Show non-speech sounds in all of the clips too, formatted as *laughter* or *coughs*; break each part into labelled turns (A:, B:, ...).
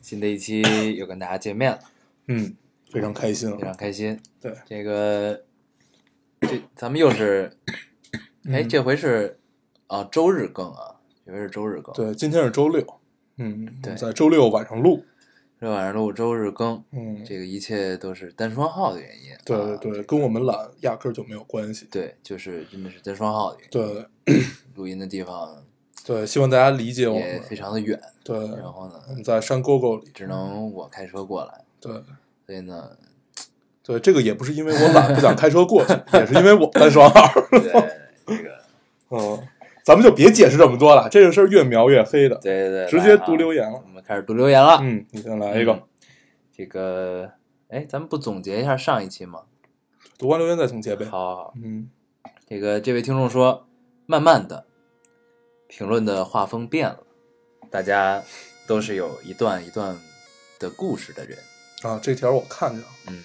A: 新的一期又跟大家见面
B: *laughs*
A: 了，
B: 嗯，非常开心啊
A: 非。常开心。
B: 对，
A: 这个，这咱们又是，
B: 嗯
A: 哎，这回是啊周日更啊，这回是周日更，，
B: 对，今天是周六，嗯，
A: 对
B: 在周六晚上录，
A: 这晚上录周日更，
B: 嗯，
A: 这个一切都是单双号的原因。
B: 对
A: 啊
B: 对对，跟我们懒压根儿就没有关系。
A: 对，就是真的是单双号的原因，
B: 对
A: 录音的地方
B: 对，希望大家理解我
A: 也
B: 们。
A: 非常的远，
B: 对，
A: 然
B: 我
A: 后呢，
B: 们在山沟沟里。
A: 只能我开车过来，
B: 对
A: 所以
B: *laughs*
A: 呢，
B: 对，这个也不是因为我懒不想开车
A: *laughs*
B: 过去，也是因为我单双号。
A: 对这个，
B: 嗯，咱们就别解释这么多了，这个事儿越描越黑的。
A: 对对对，
B: 直
A: 来
B: 接
A: 啊
B: 读留言了
A: 我们开始读留言了。
B: 嗯，你先来一个，
A: 嗯这个，哎，咱们不总结一下上一期吗？
B: 读完留言再总结呗。
A: 好，好
B: 嗯，
A: 这个这位听众说，慢慢的，评论的画风变了，大家都是有一段一段的故事的人，
B: 啊，这条我看见了。
A: 嗯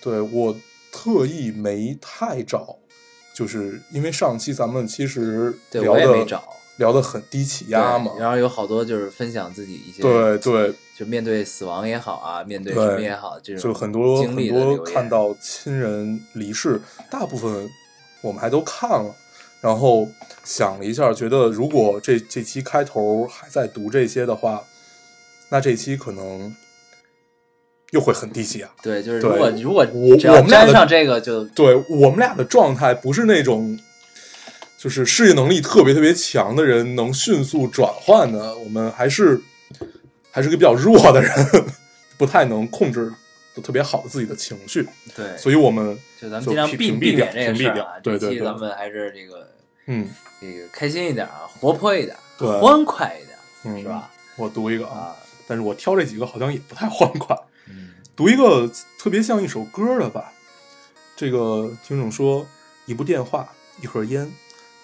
B: 对我特意没太找，就是因为上期咱们其实
A: 对
B: 聊
A: 我也
B: 的
A: 没找
B: 聊的很低气压嘛
A: 对，然后有好多就是分享自己一些，
B: 对对，
A: 就面对死亡也好啊，面对
B: 对
A: 什么也好，这种
B: 就很多
A: 经
B: 很
A: 历的留
B: 多
A: 言
B: 看，到亲人离世，大部分我们还都看了，然后想了一下，觉得如果这这期开头还在读这些的话，那这期可能又会很低气压。
A: 对，就是
B: 对
A: 如果如果
B: 我
A: 只要
B: 我们俩
A: 沾
B: 的
A: 上这个就
B: 对我们俩的状态不是那种，就是适应能力特别特别强的人能迅速转换的，我们还是还是个比较弱的人， *laughs* 不太能控制特别好自己的情绪，
A: 对，
B: 所以我们
A: 就咱们
B: 就
A: 尽量
B: 屏
A: 避
B: 屏蔽
A: 避
B: 掉
A: 免这个
B: 屏蔽
A: 事儿
B: 掉
A: 啊。
B: 对
A: 这
B: 对
A: 期
B: 对
A: 咱们还是这个
B: 嗯
A: 这个开心一点啊，活泼一点，
B: 对
A: 欢快一点，
B: 嗯
A: 是吧？
B: 我读一个啊，
A: 啊，
B: 但是我挑这几个好像也不太欢快，
A: 嗯，
B: 读一个特别像一首歌的吧。这个听众说：一部电话，一盒烟，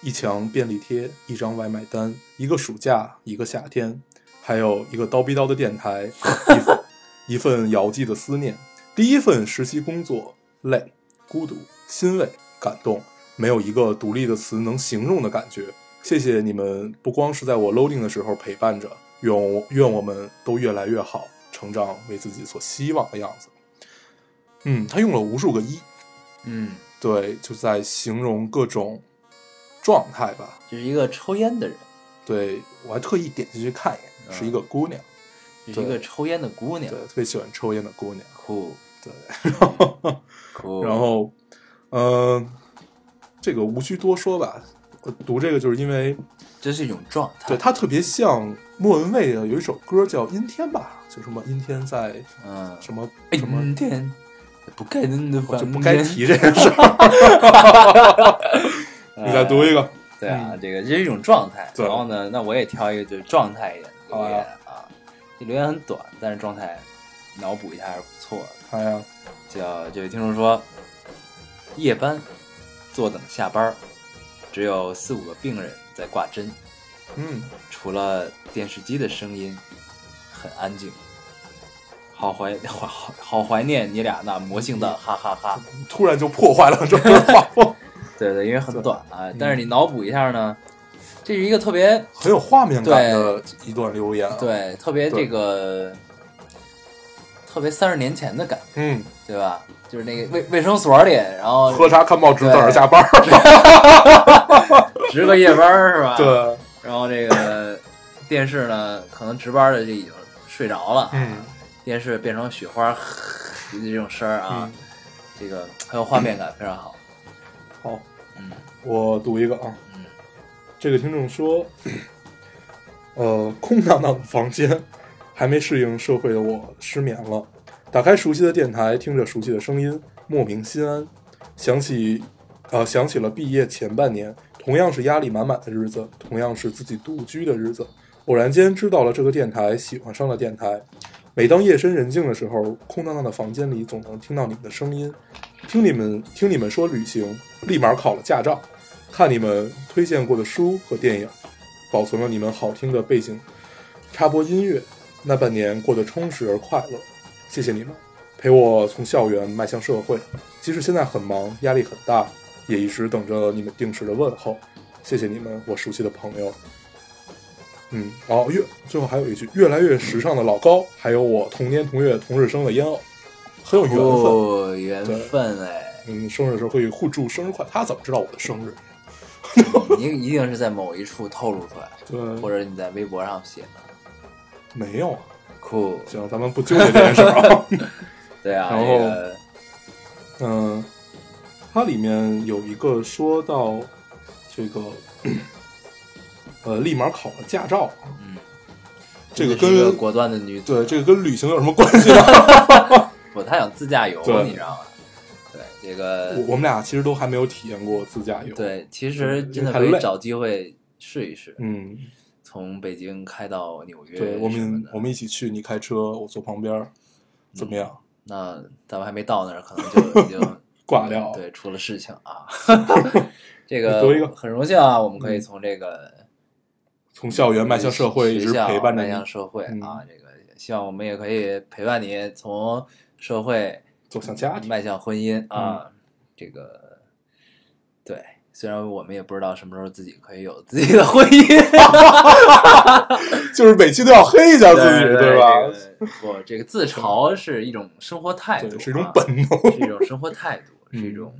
B: 一墙便利贴，一张外卖单，一个暑假，一个夏天，还有一个叨逼叨的电台， *laughs* 一份一份遥寄的思念。第一份实习工作，累、孤独、欣慰、感动，没有一个独立的词能形容的感觉。谢谢你们，不光是在我 loading 的时候陪伴着，愿我愿我们都越来越好，成长为自己所希望的样子。嗯，他用了无数个一，
A: 嗯，
B: 对，就在形容各种状态吧。
A: 这是一个抽烟的人，
B: 对我还特意点进去看一眼，
A: 嗯
B: 是一个姑娘，
A: 这是一个抽烟的姑娘
B: 对，，特别喜欢抽烟的姑娘。
A: 酷
B: 对，
A: 酷。
B: 然后，嗯、这个无需多说吧。我读这个就是因为，
A: 这是一种状态，
B: 对它特别像莫文蔚的有一首歌叫《阴天》吧，就什么阴天在
A: 嗯，
B: 什么什么
A: 阴天不该 *laughs* 人的房
B: 我哎就
A: 间，
B: 不该提这个 *laughs* 事儿。
A: 哎。
B: 你再读一个，嗯
A: 对啊，这个这是一种状态。
B: 对
A: 然后呢，那我也挑一个就是状态一点的留言啊，这留言很短，但是状态脑补一下还是不错的。
B: 哎呀，
A: 叫这位听众说，夜班坐等下班儿，只有四五个病人在挂针，
B: 嗯，
A: 除了电视机的声音，很安静。好怀 *laughs* 好好好怀念你俩那魔性的哈哈哈
B: 突然就破坏了整个画风，
A: 对对，因为很短啊，嗯但是你脑补一下呢，这是一个特别
B: 很有画面感的一段留言。，啊
A: 对特别
B: 对
A: 这个特别三十年前的感觉，
B: 嗯，
A: 对吧？就是那个卫卫生所里，然 *laughs* 后
B: 喝茶看报纸，
A: 对
B: 等着下班儿。
A: 值个夜班儿是吧？
B: 对，
A: 然后这个电视呢，可能值班的就已经睡着了，
B: 嗯，
A: 电视变成雪花 *laughs* 的这种声儿啊，这个很有画面感，非常好。
B: 好，
A: 嗯
B: 我读一个啊
A: 嗯。
B: 这个听众说， *coughs* 呃，空荡荡的房间，还没适应社会的我失眠了。打开熟悉的电台，听着熟悉的声音，莫名心安。想起，呃，想起了毕业前半年，同样是压力满满的日子，同样是自己独居的日子。偶然间知道了这个电台，喜欢上了电台。每当夜深人静的时候，空荡荡的房间里总能听到你们的声音，听你们听你们说旅行，立马考了驾照，看你们推荐过的书和电影，保存了你们好听的背景插播音乐。那半年过得充实而快乐，谢谢你们，陪我从校园迈向社会。即使现在很忙，压力很大，也一直等着你们定时的问候。谢谢你们，我熟悉的朋友。嗯，哦，越最后还有一句，越来越时尚的老高，还有我同年同月同日生的烟偶，很有缘分。
A: 哦，缘分
B: *laughs*
A: 哎，
B: 嗯，生日的时候会互祝生日快，他怎么知道我的生日？
A: 你一定是在某一处透露出来，或
B: 对，
A: 者你在微博上写的。
B: 没有啊。
A: 酷，
B: 行，咱们不纠结这件事
A: *laughs*
B: 儿啊。
A: 对啊，
B: 然
A: 这
B: 后
A: 个
B: 嗯，它里面有一个说到这个，呃，立马考了驾照，啊
A: 嗯，
B: 这个
A: 真的是一个
B: 跟
A: 果断的女子，
B: 对这个跟旅行有什么关系呢？
A: *laughs* 不，她想自驾游
B: 对，
A: 你知道吗？对，这个
B: 我我们俩其实都还没有体验过自驾游。，
A: 对，其实
B: 嗯
A: 真的
B: 太
A: 可以
B: 累
A: 找机会试一试，
B: 嗯，
A: 从北京开到纽约什么
B: 对，
A: 的。
B: 我们我们一起去，你开车，我坐旁边儿，怎么样？
A: 嗯那咱们还没到那儿，可能就已经
B: *laughs* 挂掉。
A: 对，出了事情
B: *laughs*
A: 啊。这
B: 多一个
A: 个很荣幸啊，我们可以从这个
B: 从校园迈向社会，一
A: 学
B: 直
A: 校
B: 陪伴着
A: 迈向
B: 你嗯
A: 社会啊。这个希望我们也可以陪伴你从社会
B: 走向家庭。嗯
A: 迈向婚姻啊。这个对，虽然我们也不知道什么时候自己可以有自己的婚姻，
B: 就是每期都要黑一下啊自己，
A: 对
B: 吧？？
A: 这个不，这个自嘲是一种生活态度
B: 对，
A: 啊，
B: 是一种本能。
A: 是一种生活态度，
B: 嗯
A: 是一种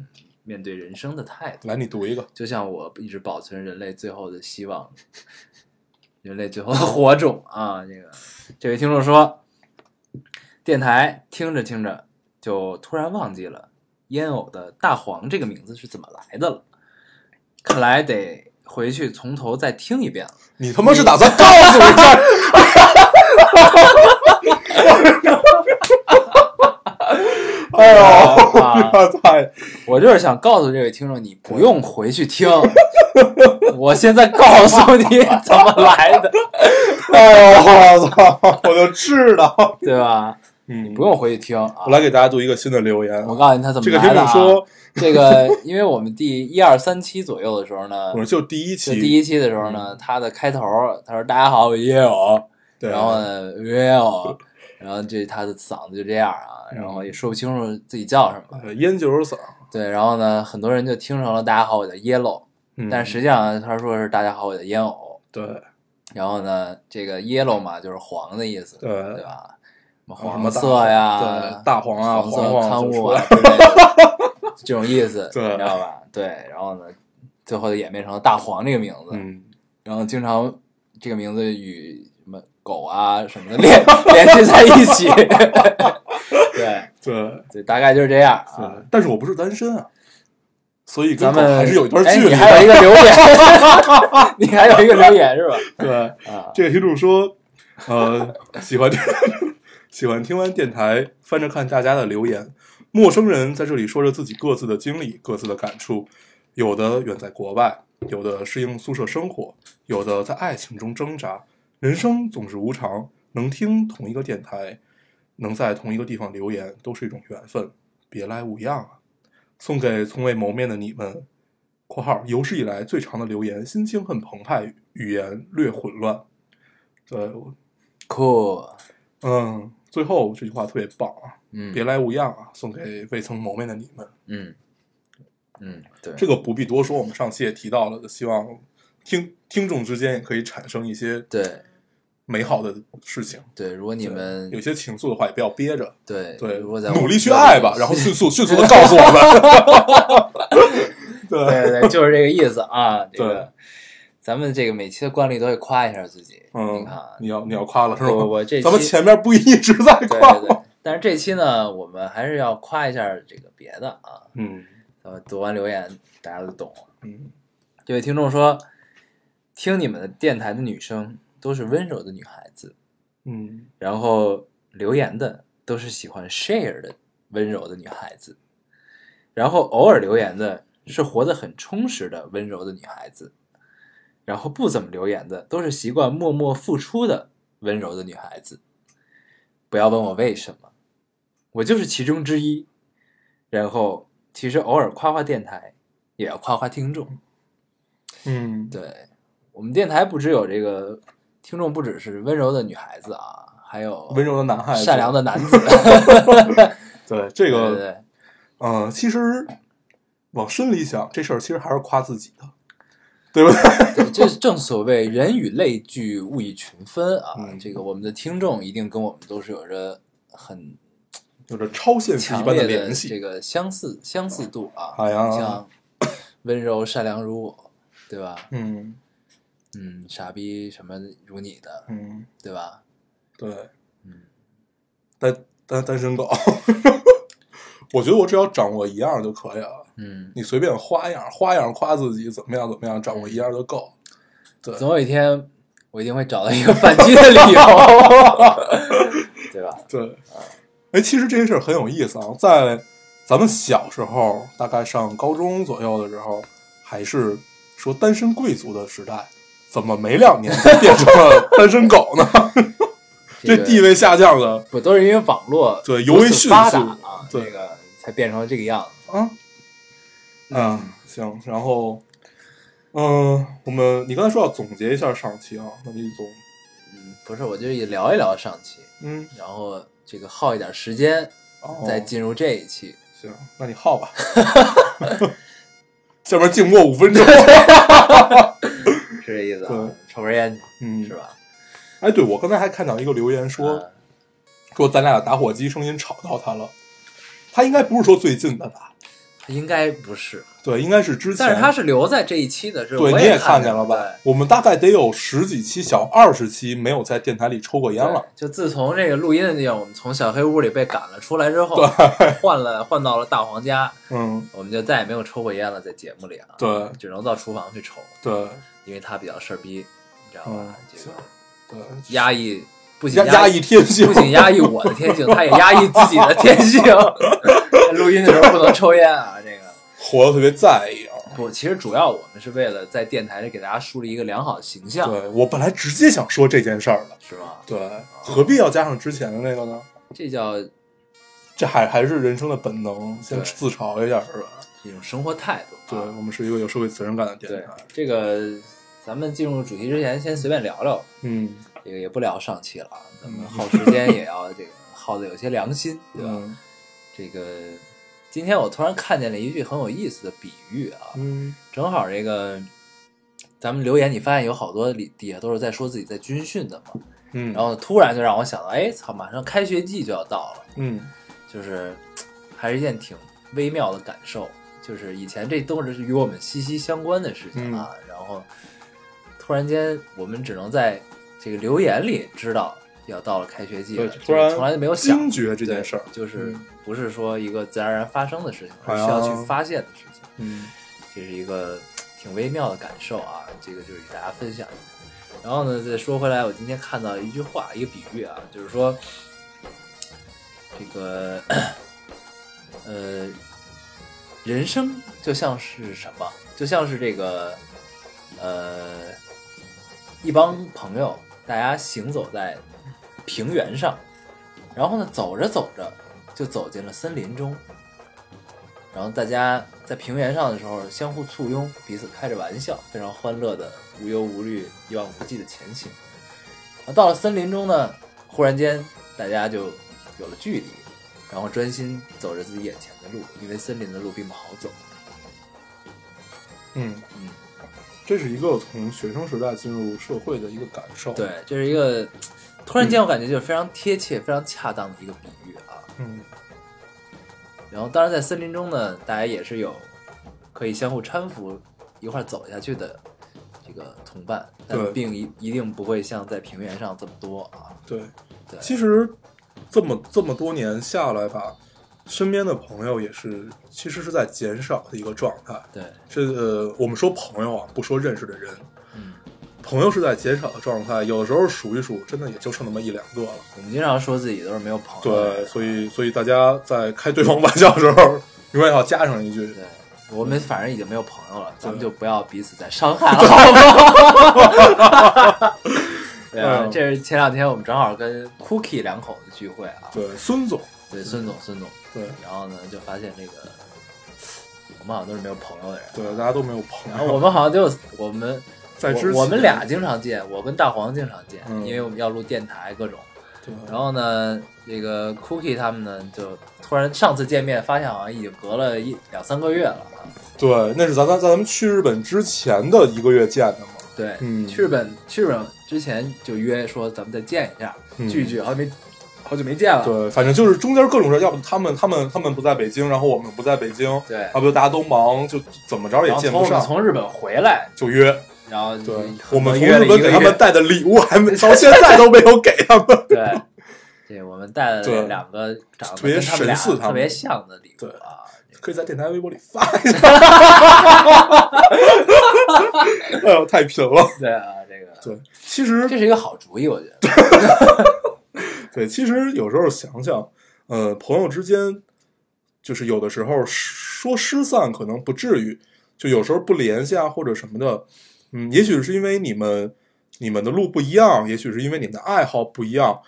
A: 面对人生的态度。
B: 来，你读一个。
A: 就像我一直保存人类最后的希望，人类最后的火种啊！这个这位听众说，电台听着听着就突然忘记了烟偶的大黄这个名字是怎么来的了，看来得回去从头再听一遍了。
B: 你他妈是打算告诉我一下？
A: *laughs*
B: 哎
A: 啊
B: 呦，太
A: 我就是想告诉这位听众，你不用回去听，我现在告诉你怎么来的，
B: 哎呦，我操！我就知 *laughs* 道，
A: 对吧？
B: 嗯
A: 不用回去听啊
B: 我！来给大家读一个新的留言。啊
A: 我告诉你他怎么
B: 这个
A: 来
B: 听
A: 的
B: 众
A: 啊！
B: 说，
A: *laughs* 这个，因为我们第一二三期左右的时候呢
B: *laughs* 我，说就第一
A: 就
B: 期，
A: 第一期的时候呢，他的开头他说：“大家好，我也有。”
B: 嗯对，
A: 然后呢，也有，然后这他的嗓子就这样啊，
B: 嗯
A: 然后也说不清楚自己叫什么。
B: 呃烟酒嗓，
A: 对，然后呢，很多人就听成了“大家好，我叫 Yellow”，
B: 嗯
A: 但实际上呢他说是“大家好，我叫烟偶
B: 对”。
A: 然后呢，这个 Yellow 嘛，就是黄的意思，
B: 对
A: 对吧？什么
B: 什么
A: 黄
B: 大
A: 色
B: 对
A: 呀，
B: 大黄啊，
A: 黄色
B: 黄黄
A: 刊
B: 就
A: 物
B: 出来
A: 啊 *laughs* 之类的，
B: *laughs*
A: 这种意思，
B: 对
A: 你知道吧？对，然后呢，最后就演变成了大黄这个名字，
B: 嗯，
A: 然后经常这个名字与什么狗啊什么的
B: *laughs*
A: 联联系在一起， *laughs* 对
B: 对
A: 对，大概就是这样啊。
B: 对，但是我不是单身啊，所以
A: 咱
B: 跟狗
A: 们
B: 还是有一段
A: 哎
B: 距离
A: 你还有一
B: 的。
A: 个留言， *laughs* 你还有一个留言是吧？
B: 对，
A: 啊，
B: 这个听众说，呃，喜欢听 *laughs* 喜欢听完电台，翻着看大家的留言，陌生人在这里说着自己各自的经历、各自的感触，有的远在国外，有的适应宿舍生活，有的在爱情中挣扎。人生总是无常，能听同一个电台，能在同一个地方留言，都是一种缘分，别来无恙啊！送给从未谋面的你们。（括号有史以来最长的留言，心情很澎湃，语言略混乱。）对，我
A: 酷，
B: 嗯，最后这句话特别棒啊！
A: 嗯，
B: 别来无恙啊，送给未曾谋面的你们。
A: 嗯嗯，对，
B: 这个不必多说，我们上期也提到了，希望听听众之间也可以产生一些
A: 对
B: 美好的事情。
A: 对，如果你
B: 对
A: 们
B: 有些情愫的话，也不要憋着，
A: 对
B: 对，
A: 如果在
B: 努力去
A: *laughs*
B: 爱吧，然后迅速迅速的告诉我们。 *laughs* 对，
A: 对对，对，就是这个意思
B: *laughs*
A: 啊。这个，咱们这个每期的惯例都会夸一下自己。你
B: 嗯
A: 看啊，，
B: 你要你要夸了是吧？
A: 我我这期
B: 咱们前面不一直在
A: 对
B: 夸
A: 对对
B: 吗？，
A: 但是这期呢，我们还是要夸一下这个别的啊。
B: 嗯
A: 咱们读完留言，大家都懂了。
B: 嗯，
A: 这位听众说，听你们的电台的女生都是温柔的女孩子，
B: 嗯，
A: 然后留言的都是喜欢 share 的温柔的女孩子，然后偶尔留言的是活得很充实的温柔的女孩子，然后不怎么留言的都是习惯默默付出的温柔的女孩子。不要问我为什么，我就是其中之一。然后，其实偶尔夸夸电台，也要夸夸听众。
B: 嗯，
A: 对我们电台不只有这个听众，不只是温柔的女孩子啊，还有
B: 温柔的男孩子，
A: 善良的男
B: *laughs*
A: 子。
B: 对哎这
A: 对
B: 个，
A: 对对，
B: 呃，其实往深里想，这事儿其实还是夸自己的，对 *laughs* 吧？
A: 对，这正所谓人与类聚，物以群分啊。
B: 嗯
A: 这个我们的听众一定跟我们都是有着很
B: 有着超现实一
A: 强
B: 般
A: 烈
B: 联系。
A: 这个相似相似度啊。
B: 哎呀
A: 像 *coughs* 温柔善良如我，对吧？
B: 嗯
A: 嗯，傻逼什么如你的，
B: 嗯，
A: 对吧？
B: 对，
A: 嗯，
B: 单单单身狗， *laughs* 我觉得我只要掌握一样就可以了。
A: 嗯，
B: 你随便花样花样夸自己怎么样怎么样，掌握一样就够。对
A: 总有一天我一定会找到一个反击的理由，对吧？
B: 对，哎，其实这些事儿很有意思啊，在咱们小时候，大概上高中左右的时候，还是说单身贵族的时代，怎么没两年就变成了单身狗呢？ *laughs* 这
A: 个
B: 地位下降了
A: 不都是因为网络
B: 对
A: 如
B: 尤为
A: 此
B: 迅
A: 发达
B: 速
A: 啊，
B: 对
A: 这个才变成了这个样子。
B: 啊！嗯，行，然后，嗯、我们你刚才说要总结一下上期啊，那你总
A: 嗯，不是，我就也聊一聊上期，
B: 嗯，
A: 然后这个耗一点时间，
B: 哦
A: 再进入这一期。
B: 行，那你耗吧。 *laughs* 下面静默五分钟。
A: 是这意思啊
B: 对？
A: 抽根烟去，
B: 嗯
A: 是吧？
B: 哎，对我刚才还看到一个留言说，
A: 嗯
B: 说咱俩的打火机声音吵到他了。他应该不是说最近的吧？
A: 应该不是，
B: 对，应该是之前。
A: 但是他是留在这一期的，是
B: 对
A: 我
B: 你也
A: 看
B: 见了吧
A: 对？
B: 我们大概得有十几期，小二十期没有在电台里抽过烟了。
A: 对就自从这个录音的地方，我们从小黑屋里被赶了出来之后，换了换到了大黄家，
B: 嗯，
A: 我们就再也没有抽过烟了，在节目里啊，
B: 对
A: 只能到厨房去抽，
B: 对
A: 因为他比较事儿逼，你知道
B: 嗯
A: 吧？这个
B: 对，
A: 压抑不仅
B: 压
A: 压
B: 压抑天
A: *laughs*
B: 性
A: 不。仅压抑我的天性，他也压抑自己的天性。 *laughs* 录音的时候不能抽烟啊，这个。
B: 活得特别在意啊。
A: 不，其实主要我们是为了在电台里给大家树立一个良好的形象，
B: 对我本来直接想说这件事儿的，
A: 是吧？
B: 对，何必要加上之前的那个呢？
A: 这叫
B: 这还还是人生的本能，先
A: 对
B: 自嘲一下是吧？
A: 一种生活态度啊。
B: 对我们是一个有社会责任感的电
A: 对
B: 台。
A: 这个咱们进入主题之前，先随便聊聊，
B: 嗯
A: 这个也不聊上期了啊，咱们耗时间也要这个耗的有些良心，对吧？
B: 嗯
A: 这个今天我突然看见了一句很有意思的比喻啊，
B: 嗯
A: 正好这个咱们留言，你发现有好多里底下都是在说自己在军训的嘛，
B: 嗯，
A: 然后突然就让我想到，哎操，马上开学季就要到了。
B: 嗯
A: 就是嘖还是一件挺微妙的感受。就是以前这都是与我们息息相关的事情
B: 嗯
A: 啊，然后突然间我们只能在这个留言里知道要到了开学季了，
B: 对突然
A: 就是从来就没有想
B: 惊觉这件事儿
A: 对就是
B: 嗯
A: 不是说一个自然而然发生的事情，
B: 哎
A: 而
B: 呀
A: 是需要去发现的事情，
B: 嗯
A: 这是一个嘖挺微妙的感受啊，这个就是给大家分享。然后呢，再说回来，我今天看到一句话，一个比喻啊，就是说，这个， *clears throat* 呃，人生就像是什么？就像是这个，呃，一帮朋友，大家行走在平原上，然后呢，走着走着就走进了森林中。然后大家在平原上的时候相互簇拥，彼此开着玩笑，非常欢乐的无忧无虑、一望无际的前行。然后到了森林中呢，忽然间大家就有了距离，然后专心走着自己眼前的路，因为森林的路并不好走。
B: 嗯，
A: 嗯，
B: 这是一个从学生时代进入社会的一个感受。
A: 对，，这是一个突然间我感觉就是非常贴切、非常恰当的一个比喻啊。
B: 嗯
A: 然后当然在森林中呢，大家也是有可以相互搀扶一块儿走下去的这个同伴，
B: 对
A: 但并一一定不会像在平原上这么多啊。
B: 对，
A: 对，
B: 其实这么这么多年下来吧，身边的朋友也是其实是在减少的一个状态。
A: 对，
B: 这呃，我们说朋友啊，不说认识的人，
A: 嗯，
B: 朋友是在减少的状态，有的时候数一数，真的也就剩那么一两个了。
A: 我们经常说自己都是没有朋友的人。
B: 对，所以所以大家在开对方玩笑的时候，永远要加上一句
A: 对，我们反正已经没有朋友了，咱们
B: 对 *laughs*
A: 就不要彼此再伤害了，好吗？对啊，
B: 嗯
A: 这是前两天我们正好跟 Cookie 两口子聚会啊，
B: 对，孙总，
A: 对，孙总，孙总，
B: 对
A: 然后呢，就发现这个我们好像都是没有朋友的人，
B: 对，大家都没有朋
A: 然
B: 友。
A: 后我们好像都有我们
B: 在之前
A: 我我们俩经常见，我跟大黄经常见，
B: 嗯
A: 因为我们要录电台各种。
B: 对，
A: 然后呢，这个 Cookie 他们呢，就突然上次见面，发现好像已经隔了一两三个月了啊。
B: 对，那是咱咱咱们去日本之前的一个月见的嘛。
A: 对，
B: 嗯
A: 去日本去日本之前就约说咱们再见一下，
B: 嗯
A: 聚一聚，好久没好久没见了。
B: 对，反正就是中间各种事儿，要不他们他们他们不在北京，然后我们不在北京，要
A: 对
B: 不就大家都忙，就怎么着也
A: 然后
B: 见
A: 从
B: 不
A: 我们
B: 上，
A: 从日本回来，
B: 就约。
A: 然后
B: 对
A: 就，
B: 我们从
A: 约
B: 日
A: 了一
B: 本
A: 个
B: 给他
A: 月。
B: 们带的礼物还没到现在都没有给他们。
A: *laughs* 对，对，我们带了
B: 对
A: 两个长得
B: 别
A: 跟他们俩
B: 神似他们
A: 特别像的礼物
B: 对
A: 啊。
B: 可以在电台微博里发一下。 *laughs* 哎呦，太贫了。
A: 对啊，这个
B: 对，其实
A: 这是一个好主意，我觉得。
B: 对，其实有时候想想，呃，朋友之间，就是有的时候说失散可能不至于，就有时候不联系啊或者什么的，嗯，也许是因为你们你们的路不一样，也许是因为你们的爱好不一样。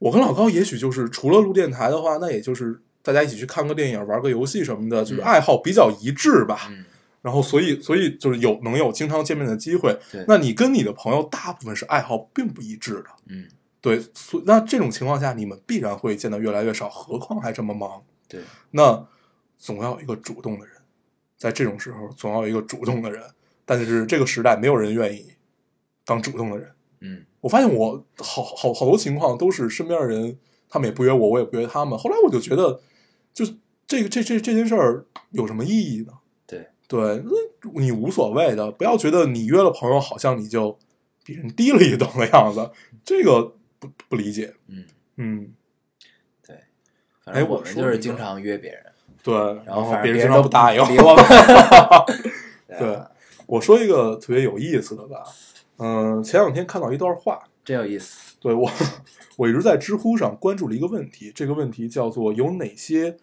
B: 我跟老高也许就是除了录电台的话，那也就是大家一起去看个电影、玩个游戏什么的，就是
A: 嗯
B: 爱好比较一致吧。
A: 嗯
B: 然后所以所以就是有能有经常见面的机会
A: 对。
B: 那你跟你的朋友大部分是爱好并不一致的。
A: 嗯，
B: 对，所那这种情况下，你们必然会见得越来越少，何况还这么忙。
A: 对，
B: 那总要有一个主动的人，在这种时候总要有一个主动的人，但是这个时代没有人愿意当主动的人。
A: 嗯，
B: 我发现我好好好多情况都是身边的人，他们也不约我，我也不约他们。后来我就觉得，就这个这这这件事儿有什么意义呢？
A: 对
B: 对，那你无所谓的，不要觉得你约了朋友，好像你就比人低了一等的样子，这个不不理解。
A: 嗯，
B: 嗯，
A: 反
B: 哎
A: 正
B: 我
A: 我们
B: 说
A: 就是
B: 那
A: 经
B: 个
A: 常约别人，
B: 对，
A: 然后反
B: 别
A: 正
B: 人经
A: 人
B: 常
A: 都
B: 不答应
A: 理。我们。
B: *laughs* 对
A: 啊，
B: 我说一个特别有意思的吧，嗯、前两天看到一段话，
A: 真有意思。
B: 对我，我一直在知乎上关注了一个问题，这个问题叫做有哪些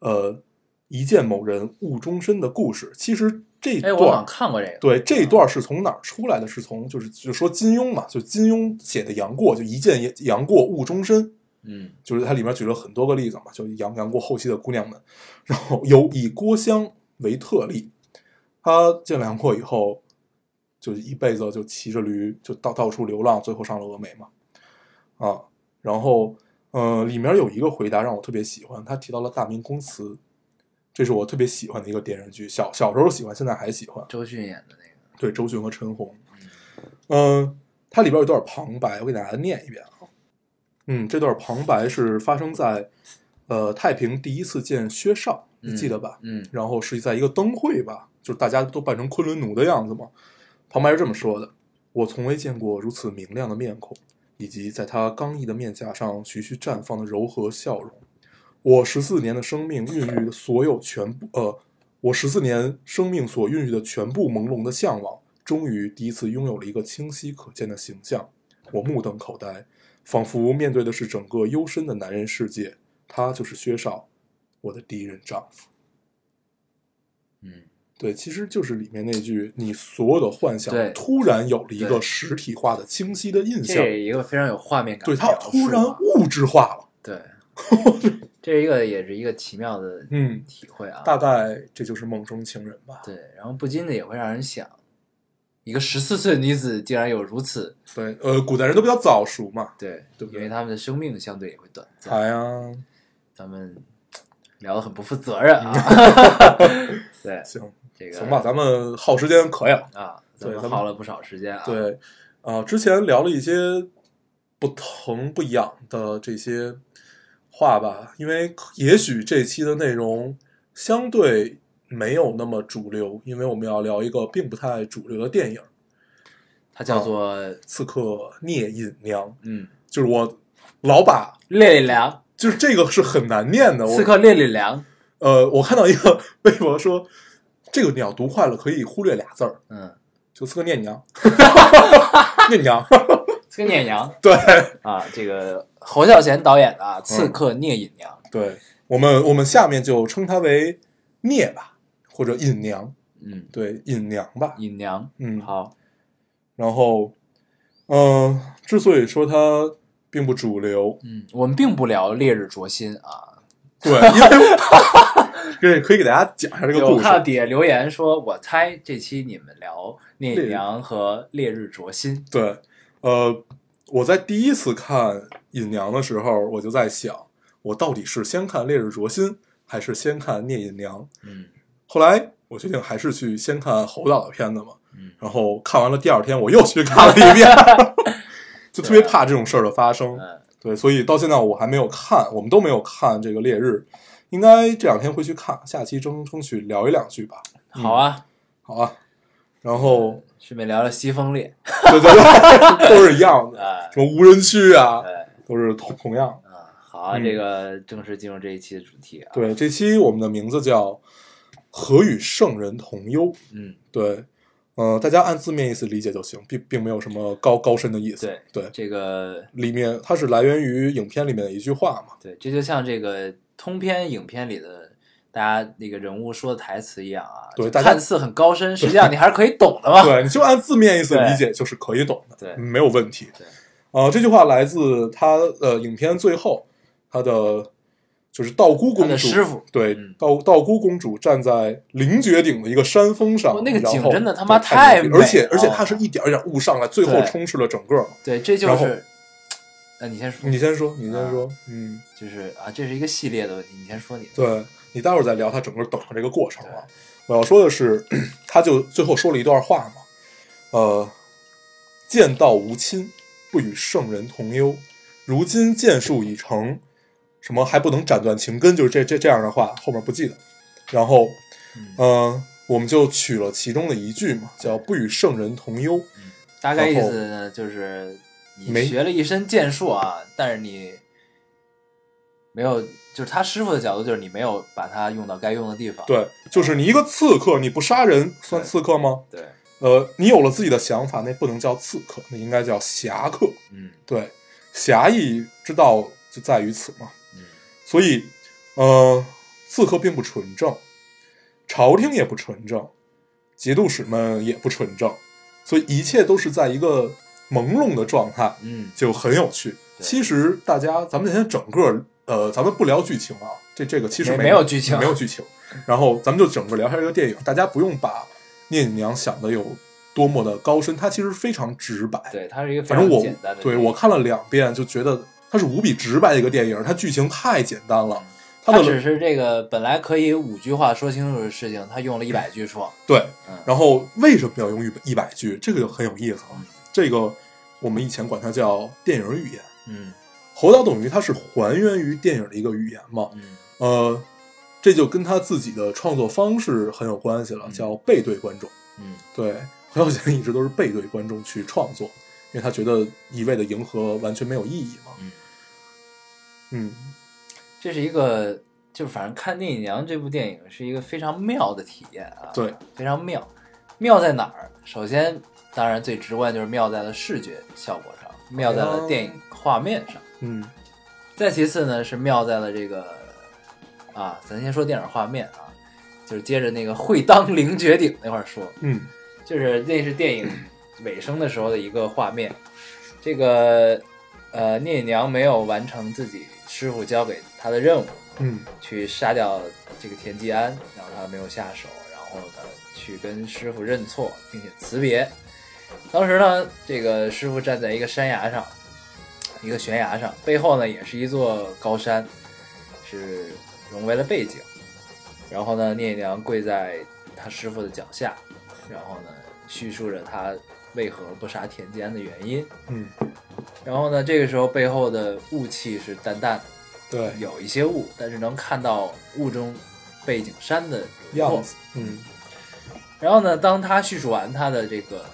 B: 呃一见某人误终身的故事。其实这
A: 哎，
B: 段
A: 我好
B: 儿
A: 像看嗯过这个。
B: 对这段儿是从哪儿出来的？是从就是就说金庸嘛，就金庸写的杨过，就一见杨过误终身。
A: 嗯
B: 就是它里面举了很多个例子嘛，就杨杨过后期的姑娘们，然后有以郭襄为特例，她见了杨过以后，就是一辈子就骑着驴就到到处流浪，最后上了峨眉嘛，啊，然后呃，里面有一个回答让我特别喜欢，他提到了大明宫词，这是我特别喜欢的一个电视剧，小小时候喜欢，现在还喜欢，
A: 周迅演的那个。
B: 对周迅和陈红，嗯，它里边有段旁白，我给大家念一遍啊。嗯，这段旁白是发生在呃太平第一次见薛少，你记得吧？
A: 嗯
B: 然后是在一个灯会吧，就是大家都扮成昆仑奴的样子嘛。旁白是这么说的：“我从未见过如此明亮的面孔，以及在他刚毅的面颊上徐徐绽放的柔和笑容。我十四年的生命孕育的所有全部，呃，我十四年生命所孕育的全部朦胧的向往，终于第一次拥有了一个清晰可见的形象。我目瞪口呆，仿佛面对的是整个幽深的男人世界。他就是薛少，我的第一任丈夫。
A: 嗯，
B: 对，其实就是里面那句“你所有的幻想
A: 对
B: 突然有了一个
A: 对
B: 实体化的清晰的印
A: 嗯这
B: 象”，
A: 是一个非常有画面感
B: 对
A: 的
B: 他
A: 描述啊。
B: 突然物质化了。 *laughs*
A: 对，这是一个也是一个奇妙的
B: 嗯，
A: 体会啊。
B: 大概这就是梦中情人吧。
A: 对，然后不禁的也会让人想，一个十四岁的女子竟然有如此
B: 对，呃，古代人都比较早熟嘛，
A: 对，
B: 对不对
A: 因为他们的生命相对也会短暂。
B: 才啊，
A: 咱们聊的很不负责任啊。
B: 嗯
A: *laughs* 对，
B: 行，
A: 这个
B: 行吧，咱们耗时间可以了。
A: 啊，咱
B: 对
A: 们
B: 咱们
A: 耗了不少时间啊。
B: 对，呃，之前聊了一些不疼不痒的这些话吧，因为可也许这期的内容相对没有那么主流，因为我们要聊一个并不太主流的电影《
A: 它叫做
B: 刺客聂隐娘》，
A: 嗯，
B: 就是我老把，
A: 烈烈良，
B: 就是这个是很难念的，
A: 刺
B: 我
A: 客烈烈良。
B: 呃，我看到一个微博说，这个你要读快了可以忽略俩字儿，
A: 嗯，
B: 就刺客聂隐娘， *laughs* 聂隐娘，
A: 刺客聂隐娘
B: 对。
A: 啊，这个侯孝贤导演的啊《
B: 嗯
A: 刺客聂隐娘》。
B: 对我们，我们下面就称她为聂吧，或者隐娘，
A: 嗯，
B: 对，隐娘吧，
A: 隐娘。
B: 嗯，
A: 好，
B: 然后，嗯，之所以说它并不主流，
A: 嗯，我们并不聊《烈日灼心》啊， *laughs*
B: 对，因为对，可以给大家讲一下这
A: 对
B: 个
A: 我
B: 故
A: 看到
B: 事。
A: 底下留言说，我猜这期你们聊《聂
B: 烈
A: 隐
B: 日
A: 娘》和《烈日灼心》，
B: 对，呃，我在第一次看《隐娘》的时候，我就在想，我到底是先看《烈日灼心》，还是先看《聂隐娘》？
A: 嗯
B: 后来我决定还是去先看侯导的片子嘛，
A: 嗯
B: 然后看完了第二天我又去看了一遍，就特别怕这种事儿的发生。
A: 嗯
B: 对，所以到现在我还没有看，我们都没有看这个《烈日》，应该这两天会去看，下期争争取聊一两句吧。嗯
A: 好，啊，
B: 好啊。然后，
A: 顺便聊聊《西风烈
B: 对对对， *laughs* 都是一样》的，
A: 啊，
B: 什么无人区啊，
A: 对。
B: 都是同同样。
A: 啊，好啊，
B: 嗯
A: 这个正式进入这一期的主题啊。，
B: 对，这期我们的名字叫“何与圣人同忧”。
A: 嗯，
B: 对，呃，大家按字面意思理解就行，并并没有什么高高深的意思。
A: 对
B: 对，
A: 这个
B: 里面它是来源于影片里面的一句话嘛。
A: 对，这就像这个通篇影片里的大家那个人物说的台词一样啊，
B: 对
A: 就
B: 大家
A: 看似很高深，实际上你还是可以懂的嘛。
B: 对，嗯你就按字面意思理解就是可以懂的，
A: 啊对
B: 没有问题。
A: 对
B: 呃，这句话来自他呃影片最后，他的就是道姑公
A: 他
B: 主
A: 的师傅
B: 对
A: 嗯
B: 道道姑公主站在凌绝顶的一个山峰上
A: 哇，那个景
B: 然后
A: 真的他妈
B: 对
A: 太
B: 牛
A: 美
B: 逼而且
A: 了
B: 而且它是一点儿一点儿雾上来，最后
A: 对
B: 充斥了整个。
A: 对，这就
B: 然后
A: 是，呃，你先说，
B: 你先说，你先
A: 啊
B: 说，嗯，
A: 就是啊，这是一个系列的问题，你先说你的。
B: 对你待会儿再聊他整个等的这个过程啊。我要说的是，他就最后说了一段话嘛，呃，见道无亲，不与圣人同忧。如今剑术已成，什么还不能斩断情根，就是这这这样的话，后面不记得。然后，
A: 嗯，
B: 呃，我们就取了其中的一句嘛，叫“不与圣人同忧
A: 大概意
B: 然后
A: 思呢，就是你
B: 没
A: 学了一身剑术啊，但是你没有，就是他师傅的角度，就是你没有把它用到该用的地方”。。
B: 对，就是你一个刺客，你不杀人算
A: 对
B: 刺客吗？
A: 对，
B: 呃，你有了自己的想法，那不能叫刺客，那应该叫侠客。
A: 嗯
B: 对，侠义之道就在于此嘛。
A: 嗯
B: 所以，呃，刺客并不纯正，朝廷也不纯正，节度使们也不纯正，所以一切都是在一个朦胧的状态，
A: 嗯
B: 就很有趣。
A: 对
B: 其实大家，咱们今天整个，呃，咱们不聊剧情啊，这这个其实
A: 没
B: 没
A: 没有剧情
B: 没有剧情。然后咱们就整个聊一下这个电影，大家不用把《聂隐娘》想的有多么的高深，它其实非常直白。，
A: 对，它是一个非
B: 反正
A: 常
B: 我
A: 简单的电影，
B: 对我看了两遍，就觉得它是无比直白的一个电影，它剧情太简单
A: 嗯
B: 了，它
A: 它
B: 的
A: 只是这个本来可以五句话说清楚的事情，他用了一百句说，
B: 对。
A: 嗯，
B: 然后为什么要用一一百句？这个就很有意思了
A: 嗯。
B: 这个我们以前管它叫电影语言，
A: 嗯
B: 侯导等于它是还原于电影的一个语言嘛。
A: 嗯
B: 呃，这就跟他自己的创作方式很有关系了，
A: 嗯
B: 叫背对观众。
A: 嗯
B: 对，侯孝贤一直都是背对观众去创作，因为他觉得一味的迎合完全没有意义嘛。
A: 嗯，
B: 嗯，
A: 这是一个就是反正看《聂隐娘》这部电影是一个非常妙的体验啊，
B: 对，
A: 非常妙，妙在哪儿？首先，当然最直观就是妙在了视觉效果上，妙在了电影画面上。
B: 嗯，
A: 再其次呢，是妙在了这个啊，咱先说电影画面啊，就是接着那个会当凌绝顶那块儿说，
B: 嗯，
A: 就是那是电影尾声的时候的一个画面。这个呃，聂隐娘没有完成自己师傅交给她的任务，
B: 嗯，
A: 去杀掉这个田季安，然后她没有下手，然后呢去跟师傅认错，并且辞别。当时呢，这个师傅站在一个山崖上，一个悬崖上，背后呢也是一座高山，是融为了背景。然后呢，聂隐娘跪在她师傅的脚下，然后呢叙述着她为何不杀田季安的原因。
B: 嗯，
A: 然后呢，这个时候背后的雾气是淡淡的。
B: 对，
A: 有一些雾，但是能看到雾中背景山的轮廓
B: 样子，嗯，
A: 然后呢，当他叙述完他的这个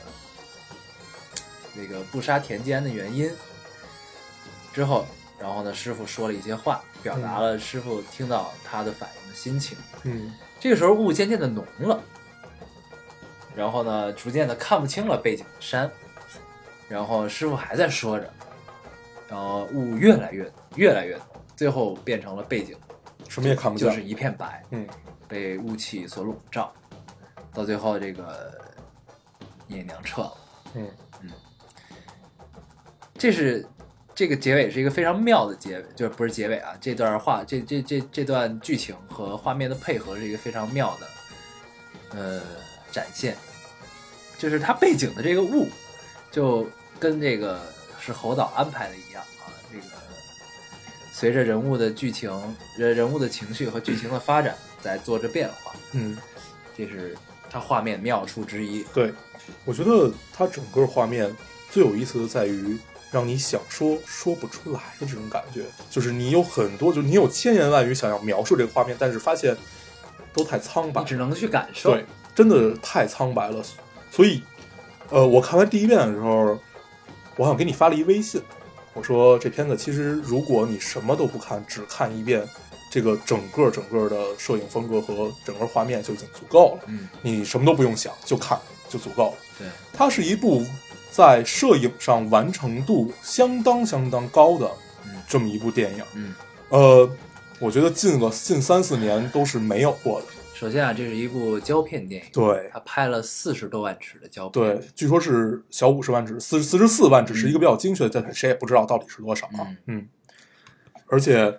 A: 那个不杀田季安的原因之后，然后呢，师傅说了一些话，表达了师傅听到他的反应的心情。
B: 嗯，
A: 这个时候雾渐渐的浓了，然后呢，逐渐的看不清了背景的山，然后师傅还在说着，然后雾越来越浓，越来越浓，最后变成了背景，
B: 什么也看不见，
A: 就是一片白，
B: 嗯，
A: 被雾气所笼罩，到最后这个聂娘撤了，
B: 嗯，
A: 这是这个结尾是一个非常妙的结尾，就是不是结尾啊？这段画这这这这段剧情和画面的配合是一个非常妙的呃展现，就是它背景的这个雾就跟这个是侯导安排的一样啊，这个随着人物的剧情、人人物的情绪和剧情的发展在做着变化，
B: 嗯，
A: 这是它画面妙处之一。
B: 对，我觉得它整个画面最有意思的在于让你想说说不出来的这种感觉，就是你有很多，就你有千言万语想要描述这个画面，但是发现都太苍白
A: 你，只能去感受，
B: 对，真的太苍白了。所以，呃，我看完第一遍的时候，我好像给你发了一微信，我说这片子其实如果你什么都不看，只看一遍。这个整个整个的摄影风格和整个画面就已经足够了，
A: 嗯，
B: 你什么都不用想，就看就足够了。
A: 对，
B: 它是一部在摄影上完成度相当相当高的
A: 嗯
B: 这么一部电影。
A: 嗯。
B: 呃，我觉得近个近三四年都是没有过的。
A: 首先啊，这是一部胶片电影，
B: 对
A: 他拍了四十多万尺的胶片，
B: 对，据说是小五十万只，四四十四万只是一
A: 嗯
B: 个比较精确的，但谁也不知道到底是多少啊。嗯，而且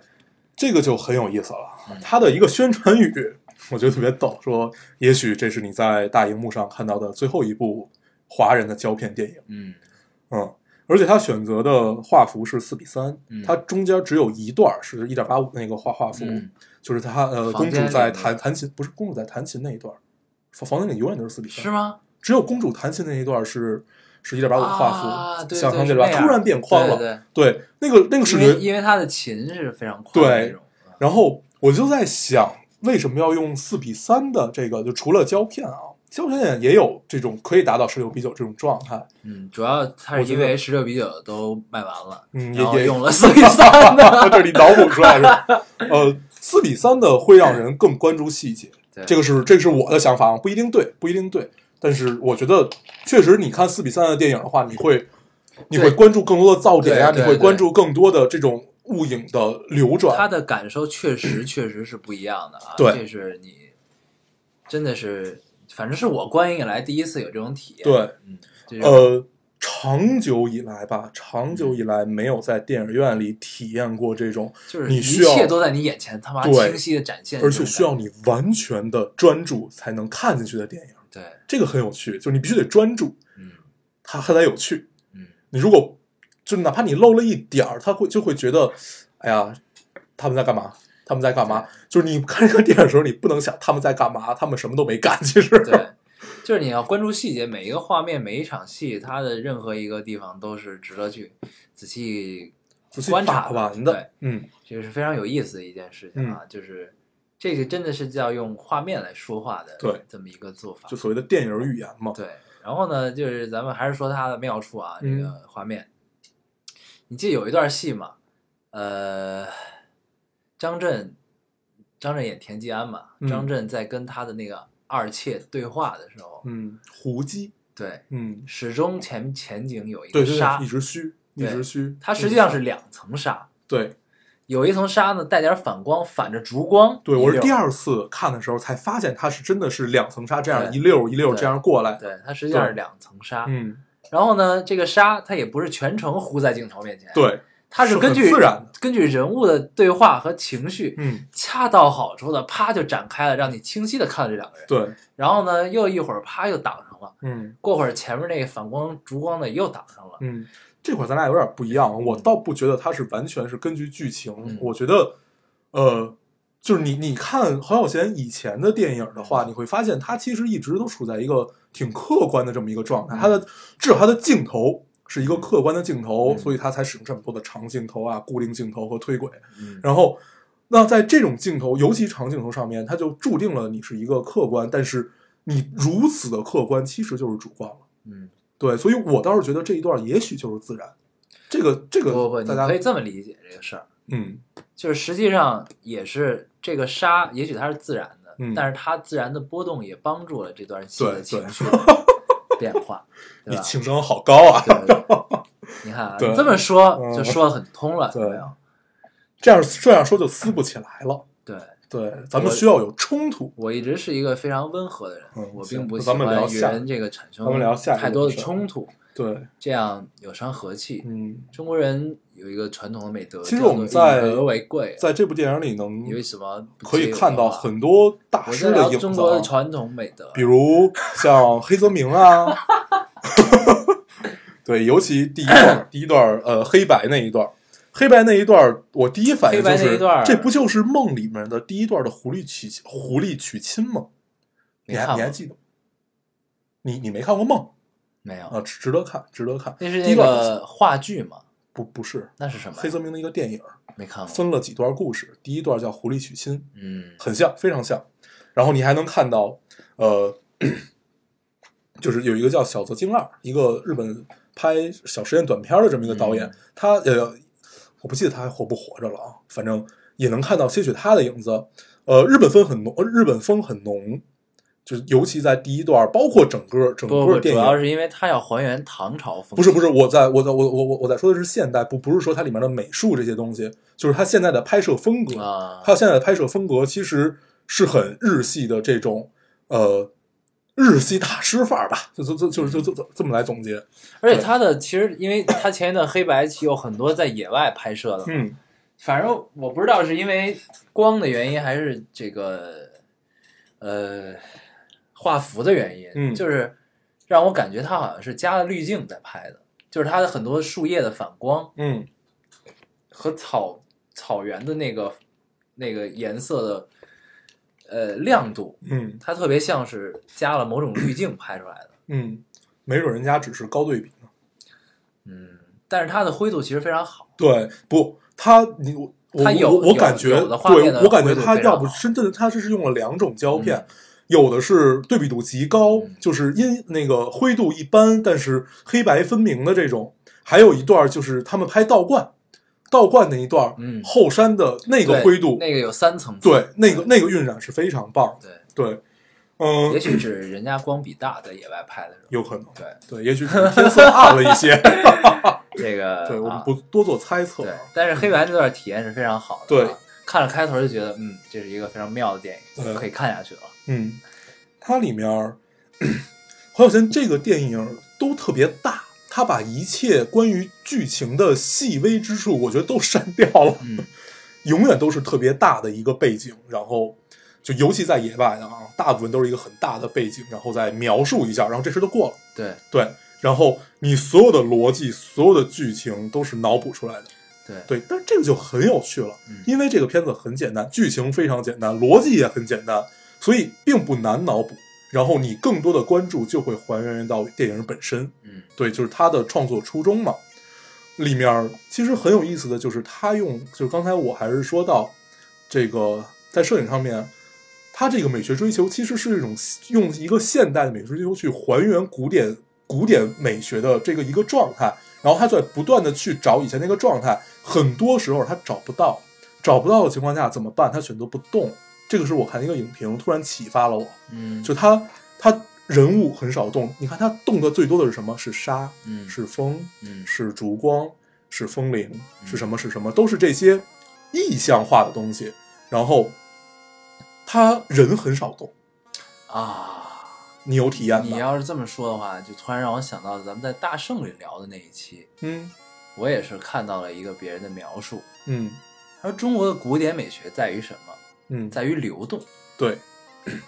B: 这个就很有意思了
A: 嗯，
B: 它的一个宣传语我觉得特别逗，说也许这是你在大荧幕上看到的最后一部华人的胶片电影。
A: 嗯
B: 嗯，而且他选择的画幅是四比三、
A: 嗯
B: 它中间只有一段是一点八五那个画画幅，
A: 嗯
B: 就是他呃
A: 房
B: 公
A: 间
B: 主
A: 里
B: 在
A: 面
B: 弹弹琴，不是公主在弹琴那一段，房房间里永远都是四比三，
A: 是？吗？
B: 只有公主弹琴那一段是是一点八五画
A: 啊
B: 幅，
A: 对
B: 想
A: 对
B: 象这
A: 是
B: 段
A: 那
B: 突
A: 样
B: 然变宽了，
A: 对对
B: 对那个那个视
A: 对，因为
B: 觉，
A: 因为他的琴是非常宽的
B: 对
A: 那种，
B: 然后我就在想，为什么要用四比三的这个？就除了胶片啊，胶片也有这种可以达到十六比九这种状态，
A: *laughs*
B: *laughs*
A: 嗯，主要他
B: 我
A: 是
B: 觉
A: 因
B: 得
A: 为十六比九都卖完了，
B: 嗯，也
A: 然后
B: 也
A: 用了四
B: *laughs*
A: 比三的，
B: 这里脑补出来的。呃，四比三的会让人更关注细节，
A: 对
B: 这个是这是我的想法啊，不一定对，不一定对。但是我觉得，确实你看四比三的电影的话，你会你会
A: 对
B: 关注更多的噪点呀、
A: 对对
B: 你会
A: 对
B: 关注更多的这种物影的流
A: 他
B: 转。
A: 的感受确
B: *clears throat*
A: 实确实是不一样的啊，
B: 对
A: 这是你真的是，反正是我观影以来第一次有这种体验，
B: 对，
A: 嗯，这种
B: 呃，长久以来吧，长久以来没有在电影院里体验过这种，
A: 就是
B: 你
A: 一
B: 需要
A: 切都在你眼前，他妈
B: 对
A: 清晰的展现这
B: 而
A: 种感觉，
B: 且需要你完全的专注才能看进去的电影，
A: 对，
B: 这个很有趣，就是你必须得专注，
A: 嗯
B: 它它才有趣。
A: 嗯。
B: 你如果就哪怕你漏了一点儿，他会就会觉得，哎呀，他们在干嘛？他们在干嘛？就是你看这个电影的时候，你不能想他们在干嘛，他们什么都没干。其实，
A: 对，就是你要关注细节，每一个画面、每一场戏，它的任何一个地方都是值得去仔细
B: 仔细
A: 观
B: 把嗯
A: 察
B: 玩
A: 对
B: 的，，嗯，
A: 这个是非常有意思的一件事情啊，就是这个真的是叫用画面来说话的，
B: 对，
A: 这么一个做法
B: 就。所谓的电影语言嘛。
A: 对，然后呢，就是咱们还是说它的妙处啊，这
B: 嗯
A: 个画面。你记得有一段戏嘛？呃，张震，张震演田季安嘛，
B: 嗯
A: 张震在跟他的那个二妾对话的时候，
B: 嗯，胡姬，
A: 对，
B: 嗯，
A: 始终前前景有一
B: 对
A: 个
B: 对
A: 纱
B: 对，一，直虚，一
A: 对
B: 直虚。
A: 它实际上是两层纱，
B: 对
A: 有一层纱呢带点反光，反着烛光。
B: 对，我是第
A: 二，
B: 二次看的时候才发现，它是真的是两层纱这样
A: 对
B: 一溜一溜
A: 对
B: 这样过来。
A: 对，它实际上
B: 对
A: 是两层纱。
B: 嗯，
A: 然后呢，这个纱它也不是全程糊在镜头面前，，
B: 对，
A: 它是
B: 是
A: 根
B: 很
A: 据
B: 自然的
A: 根据人物的对话和情绪，
B: 嗯，
A: 恰到好处的啪就展开了，让你清晰的看到这两个人。
B: 对，
A: 然后呢，又一会儿啪又挡上了，
B: 嗯。
A: 过会儿前面那个反光烛光的又挡上了。
B: 嗯，这块儿咱俩有点不一样，啊我倒不觉得它是完全是根据剧情，
A: 嗯
B: 我觉得，呃，就是你你看侯孝贤以前的电影的话，你会发现他其实一直都处在一个挺客观的这么一个状
A: 嗯
B: 态，他的至少他的镜头。是一个客观的镜头，
A: 嗯
B: 所以他才使用这么多的长镜头啊、固定镜头和推轨。
A: 嗯，
B: 然后，那在这种镜头，尤其长镜头上面，它就注定了你是一个客观，但是你如此的客观，其实就是主观了。
A: 嗯，
B: 对，所以我倒是觉得这一段也许就是自然。这个这
A: 不
B: 个
A: 不不，你
B: 大家
A: 可以这么理解这个事儿。
B: 嗯
A: 就是实际上也是这个沙，也许它是自然的，
B: 嗯
A: 但是它自然的波动也帮助了这段戏的
B: 对
A: 情
B: 对
A: 绪的变
B: *laughs*
A: 化，对
B: 你
A: 吧？
B: 情商好高啊！
A: 对对对，
B: *laughs*
A: 你看啊，
B: 对
A: 你这么说
B: 嗯
A: 就说的很通了，
B: *laughs* 对
A: 有没有？
B: 这样这样说就撕不起来了。
A: 对
B: 对，咱们需要有冲突。
A: 我一直是一个非常温和的人
B: 嗯，
A: 我
B: 行
A: 并不
B: 那
A: 喜
B: 咱们聊
A: 欢与
B: 下
A: 人这个产生
B: 咱们聊下一个
A: 太多的
B: 事儿
A: 冲突。
B: 对，
A: 这样有伤和气。
B: 嗯，
A: 中国人有一个传统的美德，
B: 其实
A: 叫做
B: 我们在
A: 以和为贵，啊
B: 在这部电影里能
A: 因为什么不
B: 可以
A: 接
B: 看到
A: 话
B: 很多大
A: 我
B: 师
A: 在
B: 的
A: 聊
B: 影
A: 中
B: 子
A: 国的
B: 啊，
A: 传统美德，
B: 比如像黑泽明啊， *laughs* 对，尤其第一段，第一段，呃，黑白那一段，黑白那一段，我第一反应就
A: 黑白那
B: 是
A: 一段，
B: 这不就是梦里面的第一段的狐狸娶狐狸娶亲吗？
A: 没
B: 你还
A: 看
B: 你还
A: 过
B: 记得吗？你你没看过梦
A: 没有？
B: 啊？值值得看，值得看。
A: 那是
B: 第一
A: 那
B: 段好像
A: 个话剧嘛？
B: 不不是
A: 那是什么呀？
B: 黑泽明的一个电影，
A: 没看过。
B: 分了几段故事，第一段叫狐狸娶亲，
A: 嗯，
B: 很像，非常像。然后你还能看到，呃，就是有一个叫小泽京二，一个日本拍小实验短片的这么一个导演，
A: 嗯
B: 他呃，我不记得他还活不活着了啊，反正也能看到些许他的影子。呃，日本风很浓，呃日本风很浓，就是尤其在第一段，包括整个整
A: 不
B: 个
A: 不，主
B: 电影，
A: 要是因为它要还原唐朝风情。
B: 不是不是，我在我在我我我我在说的是现代，不不是说它里面的美术这些东西，就是它现在的拍摄风格，
A: 啊
B: 它现在的拍摄风格其实是很日系的这种呃日系大师范儿吧，就就就就是就就就这么来总结，
A: 而且它的其实，因为它前一段黑白有很多在野外拍摄的，
B: 嗯，
A: 反正我不知道是因为光的原因还是这个呃画幅的原因，
B: 嗯
A: 就是让我感觉它好像是加了滤镜在拍的，就是它的很多树叶的反光
B: 嗯，
A: 和草草原的那个那个颜色的呃亮度，
B: 嗯
A: 它特别像是加了某种滤镜拍出来的，
B: 嗯，没准人家只是高对比呢。
A: 嗯，但是它的灰度其实非常好，
B: 对，不，他你我我
A: 它有
B: 我我
A: 有
B: 感觉，
A: 有的画面
B: 对
A: 的
B: 我感觉
A: 灰度
B: 他
A: 非常
B: 要不
A: 好
B: 真正他这是用了两种胶片，有的是对比度极高，
A: 嗯
B: 就是阴那个灰度一般，但是黑白分明的这种，还有一段就是他们拍道观，道观那一段，
A: 嗯
B: 后山的那
A: 对
B: 个灰度，
A: 那个有三层次，
B: 对，那个那个晕染是非常棒的，
A: 对，
B: 对，嗯、
A: 也许只是人家光比大在野外拍的时候，
B: 有可能，
A: 对。
B: 对，也许只是天色暗了一
A: *laughs*
B: 些， *laughs*
A: 这个
B: 对，我们
A: 啊
B: 不多做猜测
A: 对
B: 啊，，
A: 但是黑白这段体验是非常好的，啊
B: 对，
A: 看了开头就觉得嗯，这是一个非常妙的电
B: 对
A: 影，可以看下去了。
B: 嗯，它里面儿黄晓贤这个电影都特别大，他把一切关于剧情的细微之处，我觉得都删掉了，
A: 嗯，
B: 永远都是特别大的一个背景，然后就尤其在野外的啊，大部分都是一个很大的背景，然后再描述一下，然后这事就过了，
A: 对
B: 对。然后你所有的逻辑、所有的剧情都是脑补出来的，
A: 对
B: 对，但是这个就很有趣了
A: 嗯，
B: 因为这个片子很简单，剧情非常简单，逻辑也很简单，所以并不难脑补。然后你更多的关注就会还原到电影本身，
A: 嗯
B: 对，就是它的创作初衷嘛。里面儿其实很有意思的就是他用，就是刚才我还是说到这个在摄影上面，他这个美学追求其实是一种用一个现代的美学追求去还原古典古典美学的这个一个状态，然后他在不断的去找以前那个状态，很多时候他找不到，找不到的情况下怎么办？他选择不动，这个是我看一个影评突然启发了我，
A: 嗯，
B: 就他他人物很少动，你看他动的最多的是什么？是沙，
A: 嗯
B: 是风，
A: 嗯
B: 是烛光，是风铃，是什么？是什么？都是这些意象化的东西。然后他人很少动，
A: 啊，
B: 你有体验
A: 你
B: 吧？
A: 要是这么说的话，就突然让我想到咱们在大圣里聊的那一期，
B: 嗯
A: 我也是看到了一个别人的描述，
B: 嗯
A: 他说中国的古典美学在于什么？
B: 嗯，
A: 在于流动，
B: 对，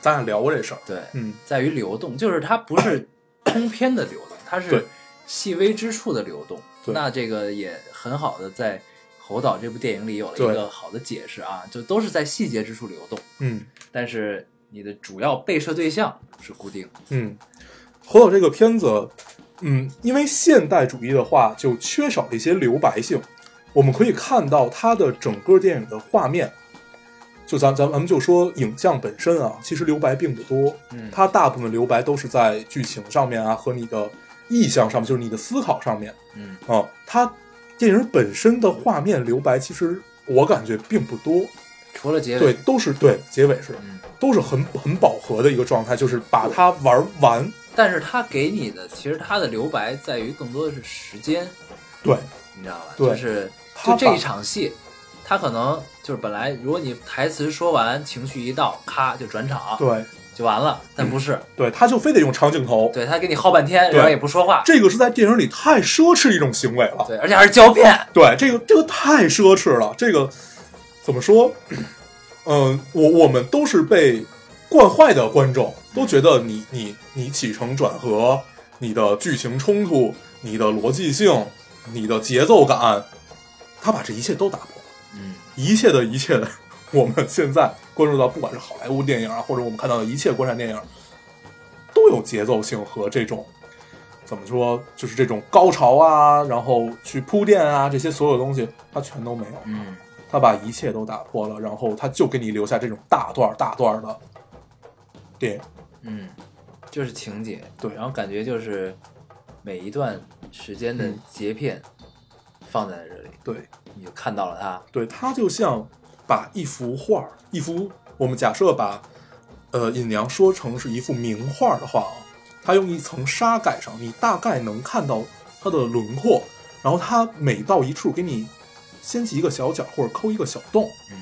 B: 咱俩聊过这事儿。
A: 对，
B: 嗯
A: 在于流动，就是它不是通篇的流动，它
B: 对
A: 是细微之处的流动。
B: 对
A: 那这个也很好的在《侯导》这部电影里有了
B: 对
A: 一个好的解释啊，就都是在细节之处流动，
B: 嗯
A: 但是你的主要被摄对象是固定的。
B: 嗯，侯导这个片子，嗯，因为现代主义的话，就缺少了一些留白性。我们可以看到它的整个电影的画面，就咱咱咱们就说影像本身啊，其实留白并不多。
A: 嗯
B: 它大部分留白都是在剧情上面啊和你的意象上面，就是你的思考上面
A: 嗯
B: 啊。它电影本身的画面留白，其实我感觉并不多。
A: 除了结
B: 对
A: 尾，，
B: 都是对结尾是
A: 嗯，
B: 都是很很饱和的一个状态，就是把它玩完。
A: 但是它给你的其实它的留白在于更多的是时间，
B: 对，
A: 你知道吧？
B: 对
A: 就是
B: 它
A: 就这
B: 把
A: 一场戏，它可能就是本来如果你台词说完，情绪一到，咔就转场，
B: 对，
A: 就完了，但不是，
B: 对，他就非得用长镜头，
A: 对他给你耗半天，
B: 对
A: 然后也不说话，
B: 这个是在电影里太奢侈的一种行为了。
A: 对，而且还是胶片，
B: 对，这个这个太奢侈了，这个怎么说？嗯，我我们都是被惯坏的观众，都觉得你你你起承转合、你的剧情冲突、你的逻辑性、你的节奏感，他把这一切都打破了。
A: 嗯，
B: 一切的一切的，我们现在关注到，不管是好莱坞电影啊，或者我们看到的一切国产电影，都有节奏性和这种怎么说，就是这种高潮啊，然后去铺垫啊，这些所有东西，它全都没有。
A: 嗯，
B: 他把一切都打破了，然后他就给你留下这种大段儿大段儿的电影。
A: 嗯，就是情节，
B: 对
A: 然后感觉就是每一段时间的
B: 嗯
A: 截片放在这里，
B: 对，
A: 你就看到了它，
B: 对，它就像把一幅画儿，一幅我们假设把呃尹娘说成是一幅名画儿的话啊，它用一层纱盖上，你大概能看到它的轮廓，然后它每到一处给你掀起一个小角或者抠一个小洞，
A: 嗯，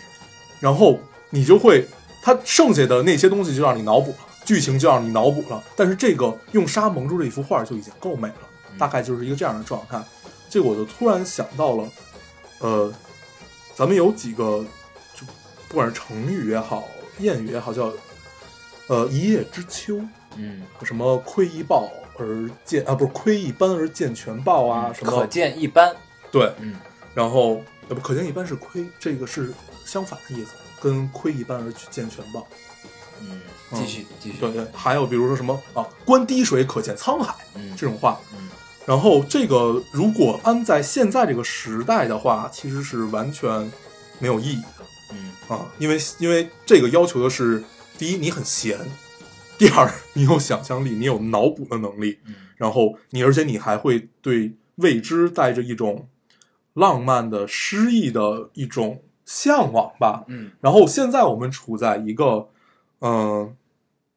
B: 然后你就会它剩下的那些东西就让你脑补了，剧情就让你脑补了，但是这个用纱蒙住这一幅画儿就已经够美了，大概就是一个这样的状态。这个我就突然想到了，呃，咱们有几个，就不管是成语也好，谚语也好，叫呃一叶知秋，
A: 嗯，
B: 什么窥一豹而见啊，不是窥一斑而见全豹啊，什
A: 嗯可
B: 么
A: 见一斑，
B: 对，
A: 嗯
B: 然后呃不可见一斑是窥，这个是相反的意思，跟窥一斑而去见全豹。
A: 嗯，
B: 嗯
A: 继续继续，
B: 对对，还有比如说什么啊，观滴水可见沧海
A: 嗯，
B: 这种话，
A: 嗯
B: 然后这个如果安在现在这个时代的话，其实是完全没有意义的。
A: 嗯
B: 啊，因为因为这个要求的是，第一你很闲，第二你有想象力，你有脑补的能力，
A: 嗯
B: 然后你而且你还会对未知带着一种浪漫的诗意的一种向往吧。
A: 嗯
B: 然后现在我们处在一个，嗯、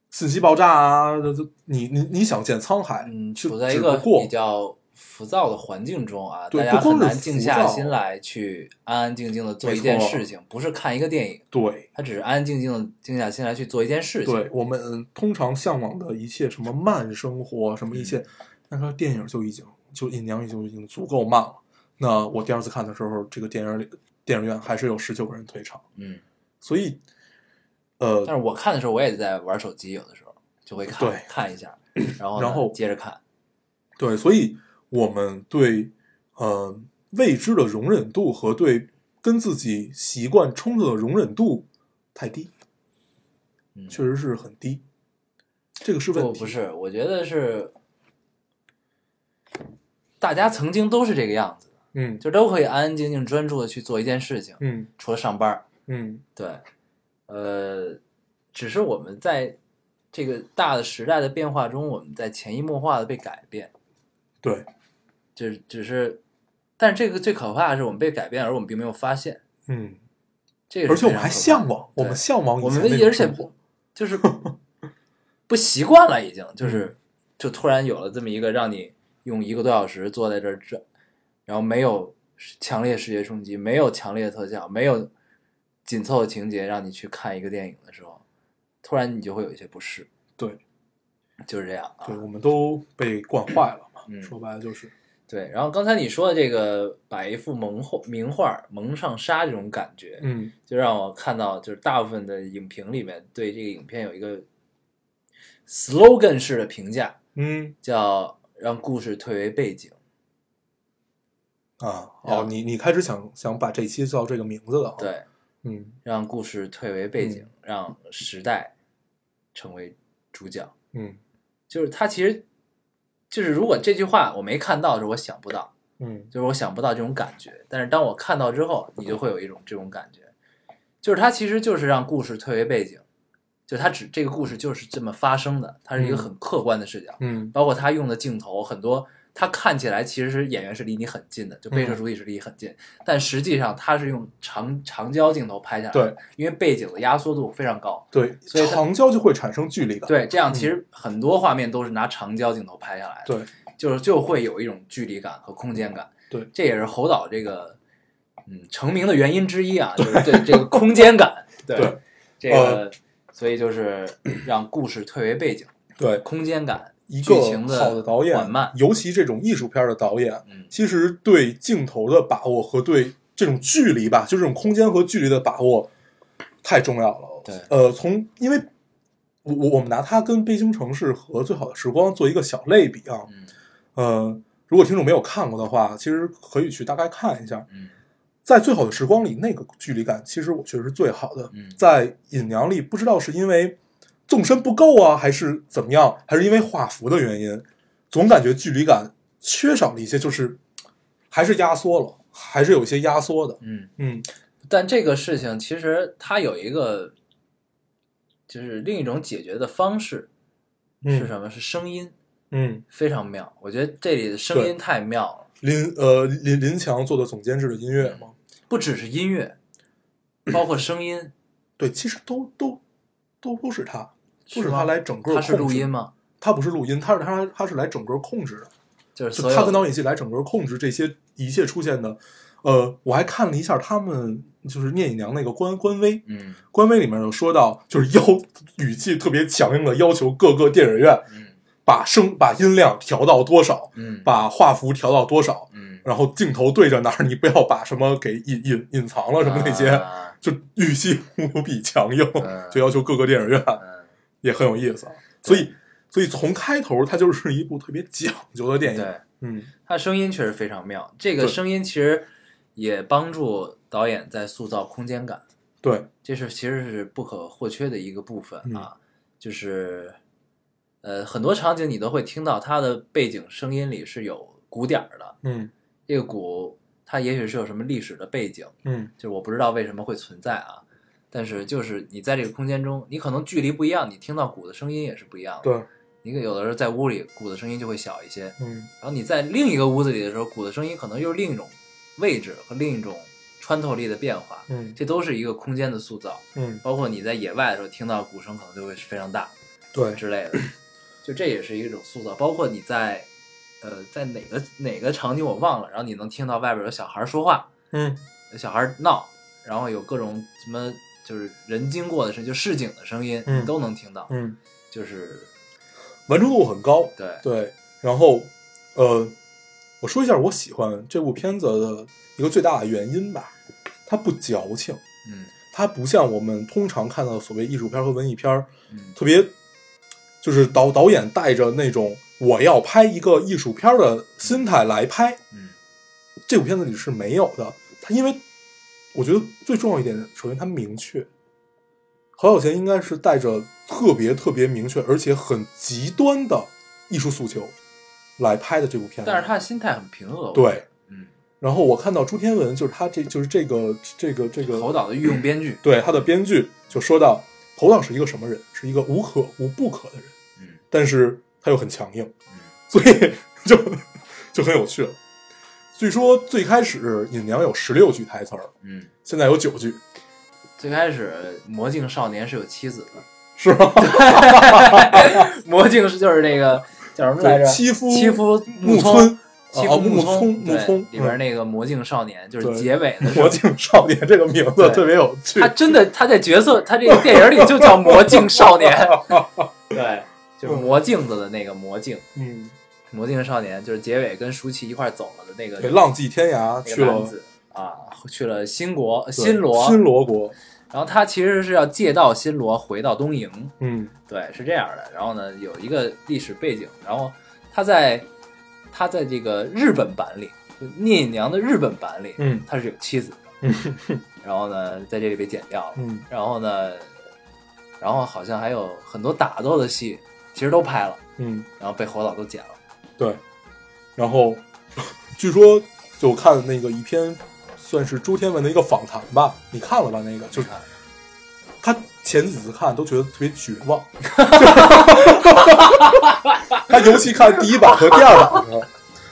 B: 信息爆炸啊，这这你你你想见沧海，
A: 嗯，
B: 就
A: 处在一
B: 只
A: 个
B: 不过
A: 比较浮躁的环境中啊，
B: 对
A: 大
B: 不
A: 家
B: 光
A: 很
B: 是
A: 难静
B: 浮
A: 下
B: 躁
A: 心来去安安静静的做
B: 没
A: 一件
B: 错
A: 事情，不是看一个电影，
B: 对，
A: 他只是安安静静的静下心来去做一件事情。
B: 对我们通常向往的一切什么慢生活，什么
A: 嗯
B: 一切，那个电影就已经就《尹娘》已经已经足够慢了。那我第二次看的时候，这个电影里电影院还是有十九个人退场，
A: 嗯，
B: 所以，呃，
A: 但是我看的时候，我也在玩手机，有的时候就会看
B: 对
A: 看一
B: *clears throat*
A: 下，然后呢
B: 然后
A: 接着看。
B: 对，所以我们对呃未知的容忍度和对跟自己习惯冲突的容忍度太低，
A: 嗯，
B: 确实是很低，这个是问
A: 不
B: 题。
A: 不是，我觉得是大家曾经都是这个样子的，
B: 嗯
A: 就都可以安安静静专注的去做一件事情，
B: 嗯
A: 除了上班儿。
B: 嗯，
A: 对，呃，只是我们在这个大的时代的变化中，我们在潜移默化的被改变，
B: 对，
A: 只只是，但这个最可怕的是我们被改变，而我们并没有发现，
B: 嗯，
A: 这个
B: 而
A: 是
B: 且我
A: 非
B: 们
A: 常可
B: 还
A: 怕
B: 向
A: 的
B: 往，我们
A: 对
B: 向往以
A: 我
B: 前
A: 们
B: 那
A: 的
B: 种
A: 而且
B: 生活
A: 不 *laughs* 就是不习惯了，已经就是就突然有了这么一个让你用一个多小时坐在这儿这，然后没有强烈视觉冲击，没有强烈的特效，没有紧凑的情节，让你去看一个电影的时候，突然你就会有一些不适，
B: 对，
A: 就是这样啊
B: 对，。我们都被惯坏了嘛。
A: 嗯
B: 说白了就是，
A: 对，然后刚才你说的这个把一幅蒙画名画蒙上纱这种感觉，
B: 嗯
A: 就让我看到，就是大部分的影评里面对这个影片有一个 slogan 式的评价，
B: 嗯
A: 叫“让故事退为背景
B: 啊，
A: 然后
B: 哦，你你开始想想把这期叫这个名字了”，，，啊
A: 对，
B: 嗯
A: 让故事退为背景，让时代成为主角。
B: 嗯
A: 就是他其实，就是如果这句话我没看到，是我想不到，
B: 嗯
A: 就是我想不到这种感觉。但是当我看到之后，你就会有一种这种感觉，就是它其实就是让故事退为背景，就它只这个故事就是这么发生的，它是一个
B: 嗯
A: 很客观的视角。
B: 嗯
A: 包括他用的镜头很多，他看起来其实是演员是离你很近的，就
B: 嗯
A: 背摄主体是离你很近，但实际上他是用长长焦镜头拍下来的，
B: 对，
A: 因为背景的压缩度非常高，
B: 对，
A: 所以它
B: 长焦就会产生距离感，
A: 对，这样其实很多画面都是拿长焦镜头拍下来的，
B: 嗯对
A: 就是就会有一种距离感和空间感，
B: 对
A: 这也是侯导这个嗯成名的原因之一啊，就是对这个空间感，对
B: 对
A: 这
B: 呃
A: 个所以就是让故事退为背景，
B: 对，
A: 空间感，
B: 一
A: 剧
B: 个
A: 情的
B: 好的导演
A: 缓慢，
B: 尤其这种艺术片的导演，
A: 嗯
B: 其实对镜头的把握和对这种距离吧，就这种空间和距离的把握太重要了。
A: 对
B: 呃，从因为我我我们拿它跟《北京城市》和《最好的时光》做一个小类比啊，
A: 嗯
B: 呃，如果听众没有看过的话，其实可以去大概看一下。
A: 嗯
B: 在《最好的时光》里，那个距离感其实我觉得是最好的。
A: 嗯
B: 在《隐娘》里，不知道是因为纵深不够啊，还是怎么样，还是因为画幅的原因，总感觉距离感缺少了一些，就是还是压缩了，还是有一些压缩的。
A: 嗯。
B: 嗯，
A: 但这个事情其实它有一个，就是另一种解决的方式是啊
B: 嗯
A: 什么？是声音，
B: 嗯，
A: 非常妙。我觉得这里的声音太妙了，
B: 林呃林林强做的总监制的音乐嘛，
A: 不只是音乐，包括声
B: *clears throat*
A: 音，
B: 对，其实都都都都是他，都
A: 是
B: 是
A: 吗
B: 他来整个
A: 它
B: 控
A: 是
B: 制。
A: 录音？吗？
B: 他不是录音，他是他他是来整个控制的。
A: 就是
B: 就
A: 所有
B: 他跟导演一起来整个控制这些一切出现的。呃，我还看了一下他们就是聂隐娘那个官官微，
A: 嗯
B: 官微里面有说到，就是要语气特别强硬的要求各个电影院
A: 嗯
B: 把声把音量调到多少，
A: 嗯
B: 把画幅调到多少， *laughs*
A: 嗯
B: 然后镜头对着哪儿，你不要把什么给隐隐隐藏了什么那些，
A: 啊
B: 就语气无比强硬，
A: 嗯
B: *laughs* 就要求各个电影院
A: 嗯
B: 也很有意思啊。所以，所以从开头它就是一部特别讲究的电影，
A: 对，
B: 嗯。
A: 他声音确实非常妙。这个
B: 对
A: 声音其实也帮助导演在塑造空间感，
B: 对，
A: 这是其实是不可或缺的一个部分啊。就是呃，很多场景你都会听到它的背景声音里是有鼓点儿的，
B: 嗯
A: 这个鼓它也许是有什么历史的背景，
B: 嗯
A: 就是我不知道为什么会存在啊。但是就是你在这个空间中，你可能距离不一样，你听到鼓的声音也是不一样的。，
B: 对，
A: 你有的时候在屋里鼓的声音就会小一些，
B: 嗯
A: 然后你在另一个屋子里的时候，鼓的声音可能又是另一种位置和另一种穿透力的变化，
B: 嗯
A: 这都是一个空间的塑造。
B: 嗯，
A: 包括你在野外的时候听到鼓声，可能就会是非常大
B: 对，
A: 之类的，就这也是一种塑造。包括你在呃在哪个哪个场景我忘了，然后你能听到外边有小孩说话，
B: 嗯
A: 有小孩闹，然后有各种什么就是人经过的声音，就市井的声音，
B: 嗯
A: 你都能听到。
B: 嗯，
A: 就是
B: 完成度很高，
A: 对，
B: 对。然后，呃，我说一下我喜欢这部片子的一个最大的原因吧，它不矫情，
A: 嗯
B: 它不像我们通常看到的所谓艺术片和文艺片儿
A: 嗯
B: 特别，就是导导演带着那种我要拍一个艺术片儿的心态来拍，
A: 嗯
B: 这部片子里是没有的。它因为我觉得最重要一点，首先它明确，侯小贤应该是带着特别特别明确而且很极端的艺术诉求来拍的这部片子。
A: 但是他的心态很平和。我觉得
B: 对，，
A: 嗯。
B: 然后我看到朱天文，就是他这就是这个这个这
A: 侯
B: 个，
A: 嗯导的御用编剧，
B: 对他的编剧就说到，侯导是一个什么人？是一个无可无不可的人，
A: 嗯
B: 但是他又很强硬。
A: 嗯
B: 所以就就很有趣了。据说最开始尹娘有十六句台词儿，
A: 嗯，
B: 现在有九句，
A: 最开始魔镜少年是有妻子的，
B: 是吗？
A: *laughs* 魔镜是就是那个叫什么来着？
B: 对欺负
A: 欺负
B: 木
A: 村
B: 村，
A: 欺
B: 啊
A: 负
B: 木
A: 村，
B: 村
A: 对
B: 木村
A: 里边那个魔镜少年就是
B: 对
A: 结尾的时候
B: 魔，镜少年这个名字
A: 对
B: 特别有趣
A: 他，真的他在角色他这个电影里就叫魔镜少
B: *laughs*
A: 年，对，就是魔镜子的那个魔镜，
B: 嗯，
A: 魔镜少年就是结尾跟舒淇一块儿走了的那个
B: 给浪迹天涯
A: 那
B: 去
A: 个男
B: 了
A: 子啊，去了新国呃
B: 对
A: 新罗，
B: 新罗国，
A: 然后他其实是要借道新罗回到东瀛，
B: 嗯
A: 对，是这样的。然后呢，有一个历史背景，然后他在他在这个日本版里，就聂隐娘的日本版里，
B: 嗯
A: 他是有妻子的， *laughs* 然后呢，在这里被剪掉了，
B: 嗯
A: 然后呢，然后好像还有很多打斗的戏，其实都拍了，
B: 嗯，
A: 然后被侯导都剪了，
B: 对。然后据说就看那个一篇算是朱天文的一个访谈吧，你看了吧？那个就是
A: 看
B: 他前几次看都觉得特别绝望， *laughs* 他尤其看第一版和第二版的时候，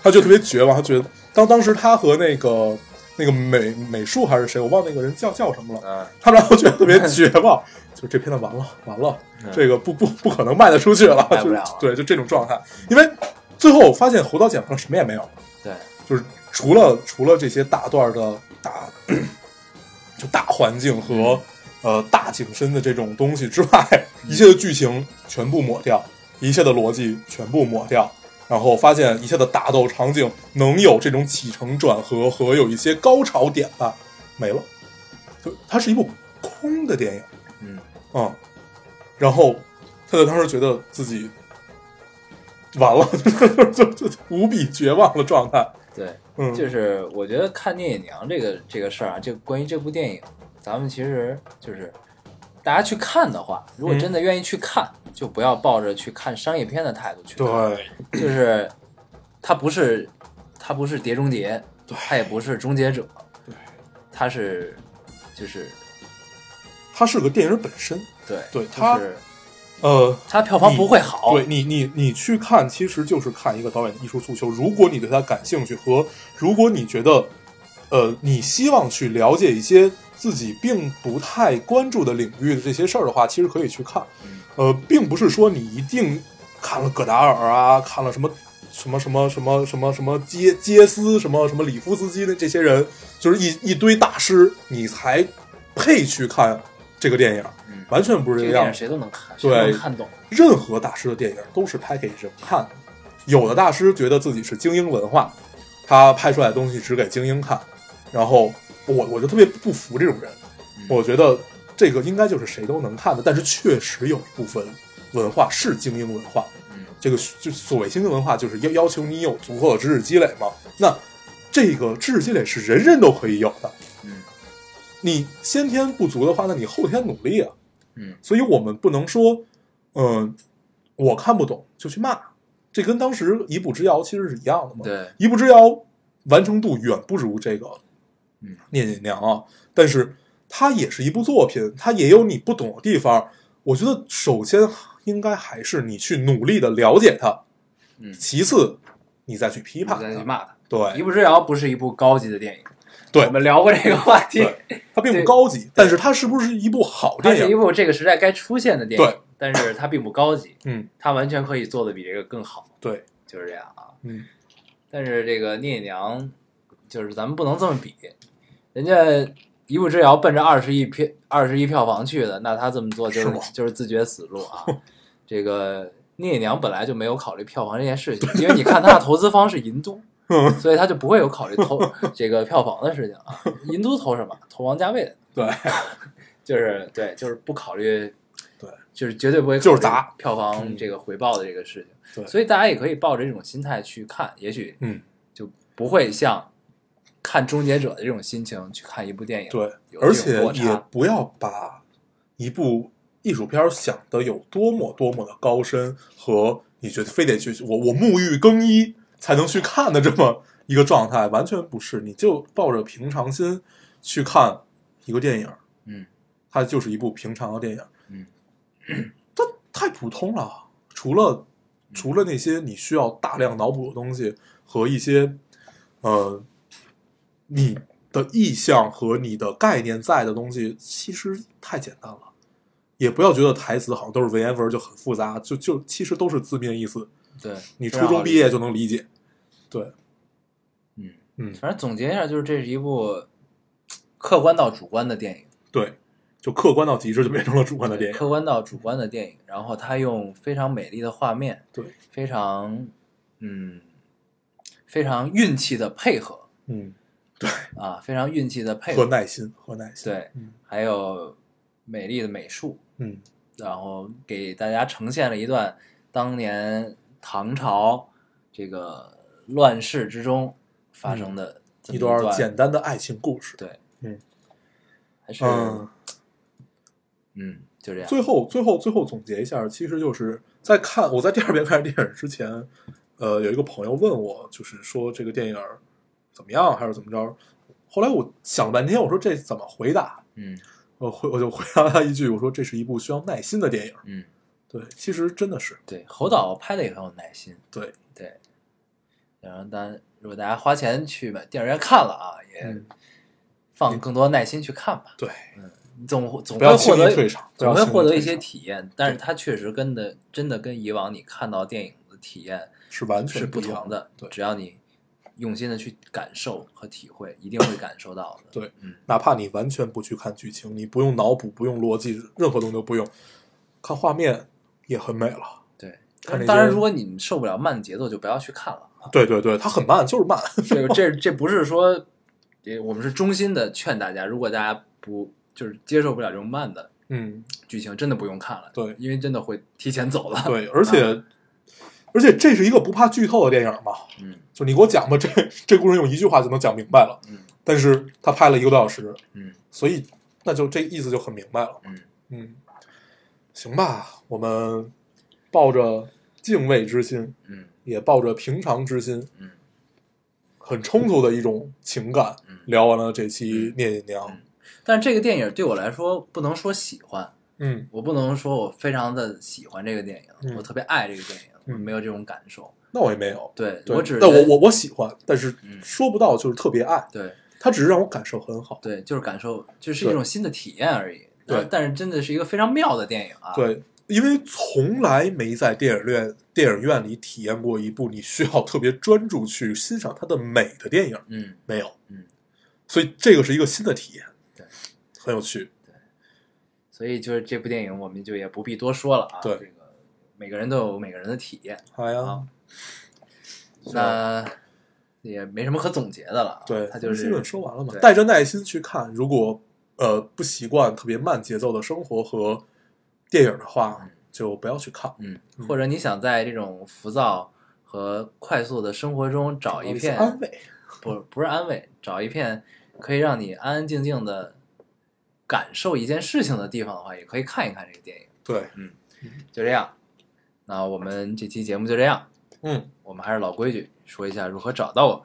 B: 他就特别绝望，他觉得当当时他和那个那个美美术还是谁，我忘那个人叫叫什么了，
A: 嗯，
B: *laughs* 他们俩都觉得特别绝望，就这片子完了完了，
A: 嗯
B: 这个不不不可能卖得出去了，
A: 卖不
B: 就
A: 了了
B: 对，就这种状态，因为最后我发现侯导剪完什么也没有，
A: 对，
B: 就是除了除了这些大段儿的大，就大环境和、呃大景深的这种东西之外，一切的剧情全部抹掉，一切的逻辑全部抹掉，然后发现一切的打斗场景能有这种起承转合和有一些高潮点吧，没了，就它是一部空的电影，
A: 嗯
B: 嗯，然后他在当时觉得自己完了， *laughs* 就就就无比绝望的状态，
A: 对，
B: 嗯，
A: 就是我觉得看《聂隐娘》这个这个事儿啊，就关于这部电影，咱们其实就是大家去看的话，如果
B: 嗯
A: 真的愿意去看，就不要抱着去看商业片的态度去看，
B: 对，
A: 就是它不是它不是《碟中谍》，它也不是《终结者》，
B: 对，
A: 它是就是
B: 它是个电影本身，
A: 对
B: 对它
A: 就是
B: 呃，
A: 它票房
B: 你
A: 不会好，
B: 对你，你你去看，其实就是看一个导演的艺术诉求。如果你对他感兴趣，和如果你觉得，呃，你希望去了解一些自己并不太关注的领域的这些事儿的话，其实可以去看。
A: 嗯
B: 呃，并不是说你一定看了戈达尔啊，看了什么什么什么什么什么什么杰杰斯，什么什么里夫斯基的这些人，就是一一堆大师，你才配去看这个电影。
A: 嗯
B: 完全不是
A: 这个
B: 这个样
A: 电
B: 子
A: 影。谁都能看，谁
B: 对
A: 都能看懂，
B: 任何大师的电影都是拍给人看的。有的大师觉得自己是精英文化，他拍出来的东西只给精英看，然后我我就特别不服这种人。我觉得这个应该就是谁都能看的，但是确实有一部分文化是精英文化。
A: 嗯
B: 这个就所谓精英文化，就是要要求你有足够的知识积累嘛。那这个知识积累是人人都可以有的，
A: 嗯
B: 你先天不足的话，那你后天努力啊。
A: 嗯，
B: 所以我们不能说，嗯、我看不懂就去骂，这跟当时《一步之遥》其实是一样的嘛。，《
A: 嗯对，
B: 一步之遥》完成度远不如这个，
A: 嗯，
B: 聂隐娘啊，但是它也是一部作品，它也有你不懂的地方。我觉得首先应该还是你去努力的了解它，
A: 嗯，
B: 其次你再去批
A: 你
B: 判
A: 再去
B: 它。
A: 骂他。《一
B: 对，
A: 步之遥》不是一部高级的电影，
B: 对
A: 我们聊过这个话题，
B: 对它并不
A: 对
B: 高级，但是它是不是一部好
A: 它
B: 电
A: 是一
B: 影？
A: 部这个时代该出现的电影
B: 对，
A: 但是它并不高级，
B: 嗯，
A: 它完全可以做的比这个更好，
B: 对，
A: 就是这样啊。
B: 嗯，
A: 但是这个《聂隐娘》，就是咱们不能这么比，人家《一步之遥》奔着二十亿票二十亿票房去的，那他这么做就是
B: 吗
A: 是就是自掘死路
B: *laughs*
A: 啊。这个《聂隐娘》本来就没有考虑票房这件事
B: *laughs*
A: 情，因为你看他的投资方是银都。
B: 嗯
A: 所以他就不会有考虑投这个票房的事情啊。银都投什么？投王家卫的，
B: 对，
A: *laughs* 就是对，就是不考虑，
B: 对，
A: 就是绝对不会
B: 就是砸嗯
A: 票房这个回报的这个事情。
B: 对
A: 所以大家也可以抱着这种心态去看，也许
B: 嗯，
A: 就不会像看《终结者》的这种心情去看一部电影。
B: 对
A: 有，
B: 而
A: 这
B: 且
A: 种落
B: 也
A: 差
B: 不要把一部艺术片儿想的有多么多么的高深，和你觉得非得去我我沐浴更衣才能去看的这么一个状态，完全不是。你就抱着平常心去看一个电影，
A: 嗯，
B: 它就是一部平常的电影，
A: 嗯，
B: 它太普通了，除了
A: 嗯
B: 除了那些你需要大量脑补的东西和一些呃你的意向和你的概念在的东西，其实太简单了。也不要觉得台词好像都是文言文就很复杂，就就其实都是字面意思，
A: 对，
B: 你
A: 非
B: 初
A: 常好
B: 中
A: 理
B: 毕
A: 解
B: 业就能理解。对，
A: 嗯
B: 嗯，
A: 反正总结一下，就是这是一部客观到主观的电影。
B: 对，就客观到极致就变成了主观的电影。
A: 客观到主观的电影，然后他用非常美丽的画面，
B: 对，
A: 非常嗯，非常运气的配合
B: 嗯，
A: 啊，非常运气的配
B: 和
A: 合，
B: 耐心，和耐心。
A: 对，
B: 嗯
A: 还有美丽的美术，
B: 嗯，
A: 然后给大家呈现了一段当年唐朝这个乱世之中发生的这么
B: 嗯一
A: 段
B: 段简单的爱情故事。
A: 对，
B: 嗯，
A: 还是
B: 嗯，
A: 嗯，就这样，
B: 最后，最后，最后总结一下，其实就是在看我在第二遍看这电影之前，呃，有一个朋友问我，就是说这个电影儿怎么样，还是怎么着？后来我想半天，我说这怎么回答？
A: 嗯
B: 我回我就回答他一句，我说这是一部需要耐心的电影。
A: 嗯，
B: 对，其实真的是
A: 对，侯导拍的也很有耐心。
B: 对，
A: 对，然后当然，如果大家花钱去把电影院看了啊，也
B: 嗯，
A: 放更多耐心去看吧。
B: 对，
A: 你总会总
B: 不
A: 会
B: 要轻
A: 获
B: 易退
A: 得
B: 场，不要
A: 总会
B: 轻易
A: 获得
B: 退
A: 一些
B: 场
A: 体验，但是它确实跟的真的跟以往你看到电影的体验
B: 是完全
A: 是不
B: 一样
A: 同的。
B: 对，
A: 只要你用心的去感受和体会，一定会感受到的。
B: 对，
A: 嗯，
B: 哪怕你完全不去看剧情，你不用脑补，不用逻辑，任何东西都不用，看画面也很美了。
A: 对。
B: 看这
A: 当然，
B: 些
A: 如果你们受不了慢节奏，就不要去看
B: *laughs*
A: 了。
B: 对对对，它很慢，就是
A: *laughs*
B: 慢。
A: 这个这这不是说，也我们是衷心的劝大家，如果大家不就是接受不了这种慢的
B: 嗯，
A: 剧情，真的不用看了。
B: 对
A: 因为真的会提前走了。
B: 对，而且、而且这是一个不怕剧透的电影嘛，
A: 嗯，
B: 就你给我讲吧，这这故事用一句话就能讲明白了。
A: 嗯，
B: 但是他拍了一个多小时，
A: 嗯
B: 所以那就这意思就很明白了。
A: 嗯
B: 嗯，行吧，我们抱着敬畏之心，
A: 嗯
B: 也抱着平常之心，
A: 嗯，
B: 很冲突的一种情感，
A: 嗯
B: 聊完了这期《聂隐娘》
A: 嗯但是这个电影对我来说，不能说喜欢，
B: 嗯。
A: 我不能说我非常的喜欢这个电影，
B: 嗯
A: 我特别爱这个电影，
B: 嗯
A: 我没有这种感受。
B: 那我也没有，
A: 对
B: 对
A: 我只是
B: 但我我我喜欢，但是
A: 嗯
B: 说不到就是特别爱，
A: 对
B: 它只是让我感受很好。
A: 对，就是感受，就是
B: 对
A: 一种新的体验而已。
B: 对
A: 然后但是真的是一个非常妙的电影啊。，
B: 对，因为从来没在电影院电影院里体验过一部你需要特别专注去欣赏它的美的电影，
A: 嗯
B: 没有。
A: 嗯，
B: 所以这个是一个新的体验，
A: 对，
B: 很有趣。
A: 所以就是这部电影，我们就也不必多说了啊。
B: 对
A: 这个每个人都有每个人的体验。
B: 哎呀
A: 啊，那也没什么可总结的了啊。
B: 对，
A: 他就
B: 基本
A: 是
B: 说完了嘛，
A: 对
B: 带着耐心去看。如果呃不习惯特别慢节奏的生活和电影的话
A: 嗯，
B: 就不要去看。
A: 嗯
B: 嗯，
A: 或者你想在这种浮躁和快速的生活中找一片
B: 安慰，
A: 不不是安慰，找一片可以让你安安静静的感受一件事情的地方的话，也可以看一看这个电影。
B: 对，
A: 就这样，那我们这期节目就这样。
B: 嗯，
A: 我们还是老规矩，说一下如何找到我们。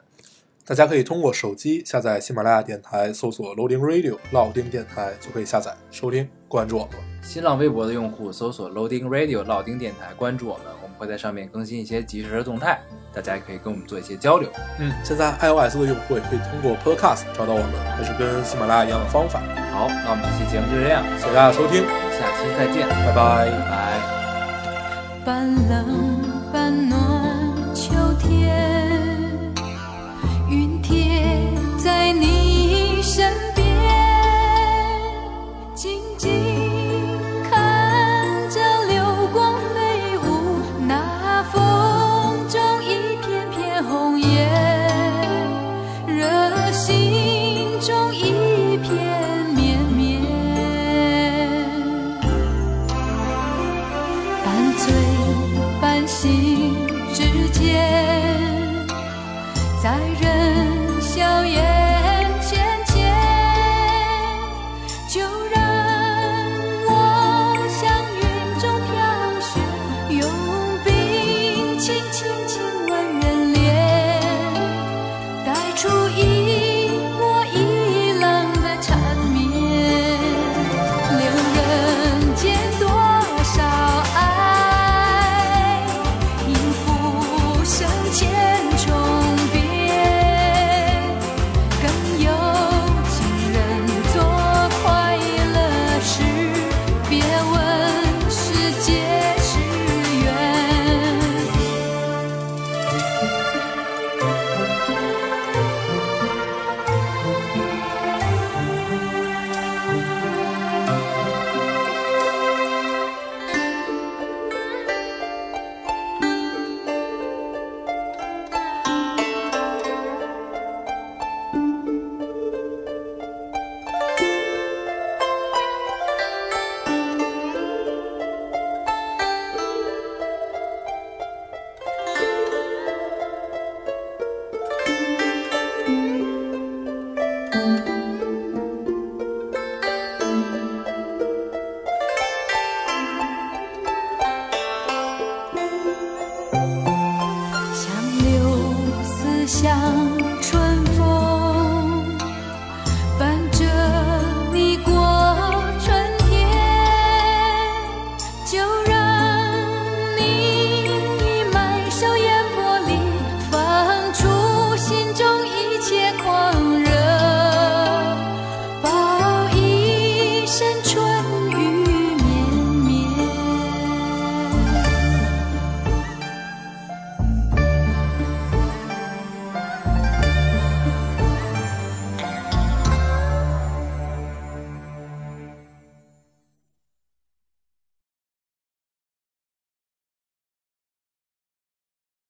B: 大家可以通过手机下载喜马拉雅电台，搜索 Loading Radio 老丁电台就可以下载收听，关注我们。
A: 新浪微博的用户搜索 Loading Radio 老丁电台，关注我们，我们会在上面更新一些及时的动态，大家也可以跟我们做一些交流。
B: 嗯，现在 iOS 的用户也可以通过 Podcast 找到我们，还是跟喜马拉雅一样的方法。
A: 好，那我们这期节目就这样，
B: 谢谢大家收听，
A: 我们下期再见，
B: 拜拜。
A: 拜拜。
C: 半冷半暖，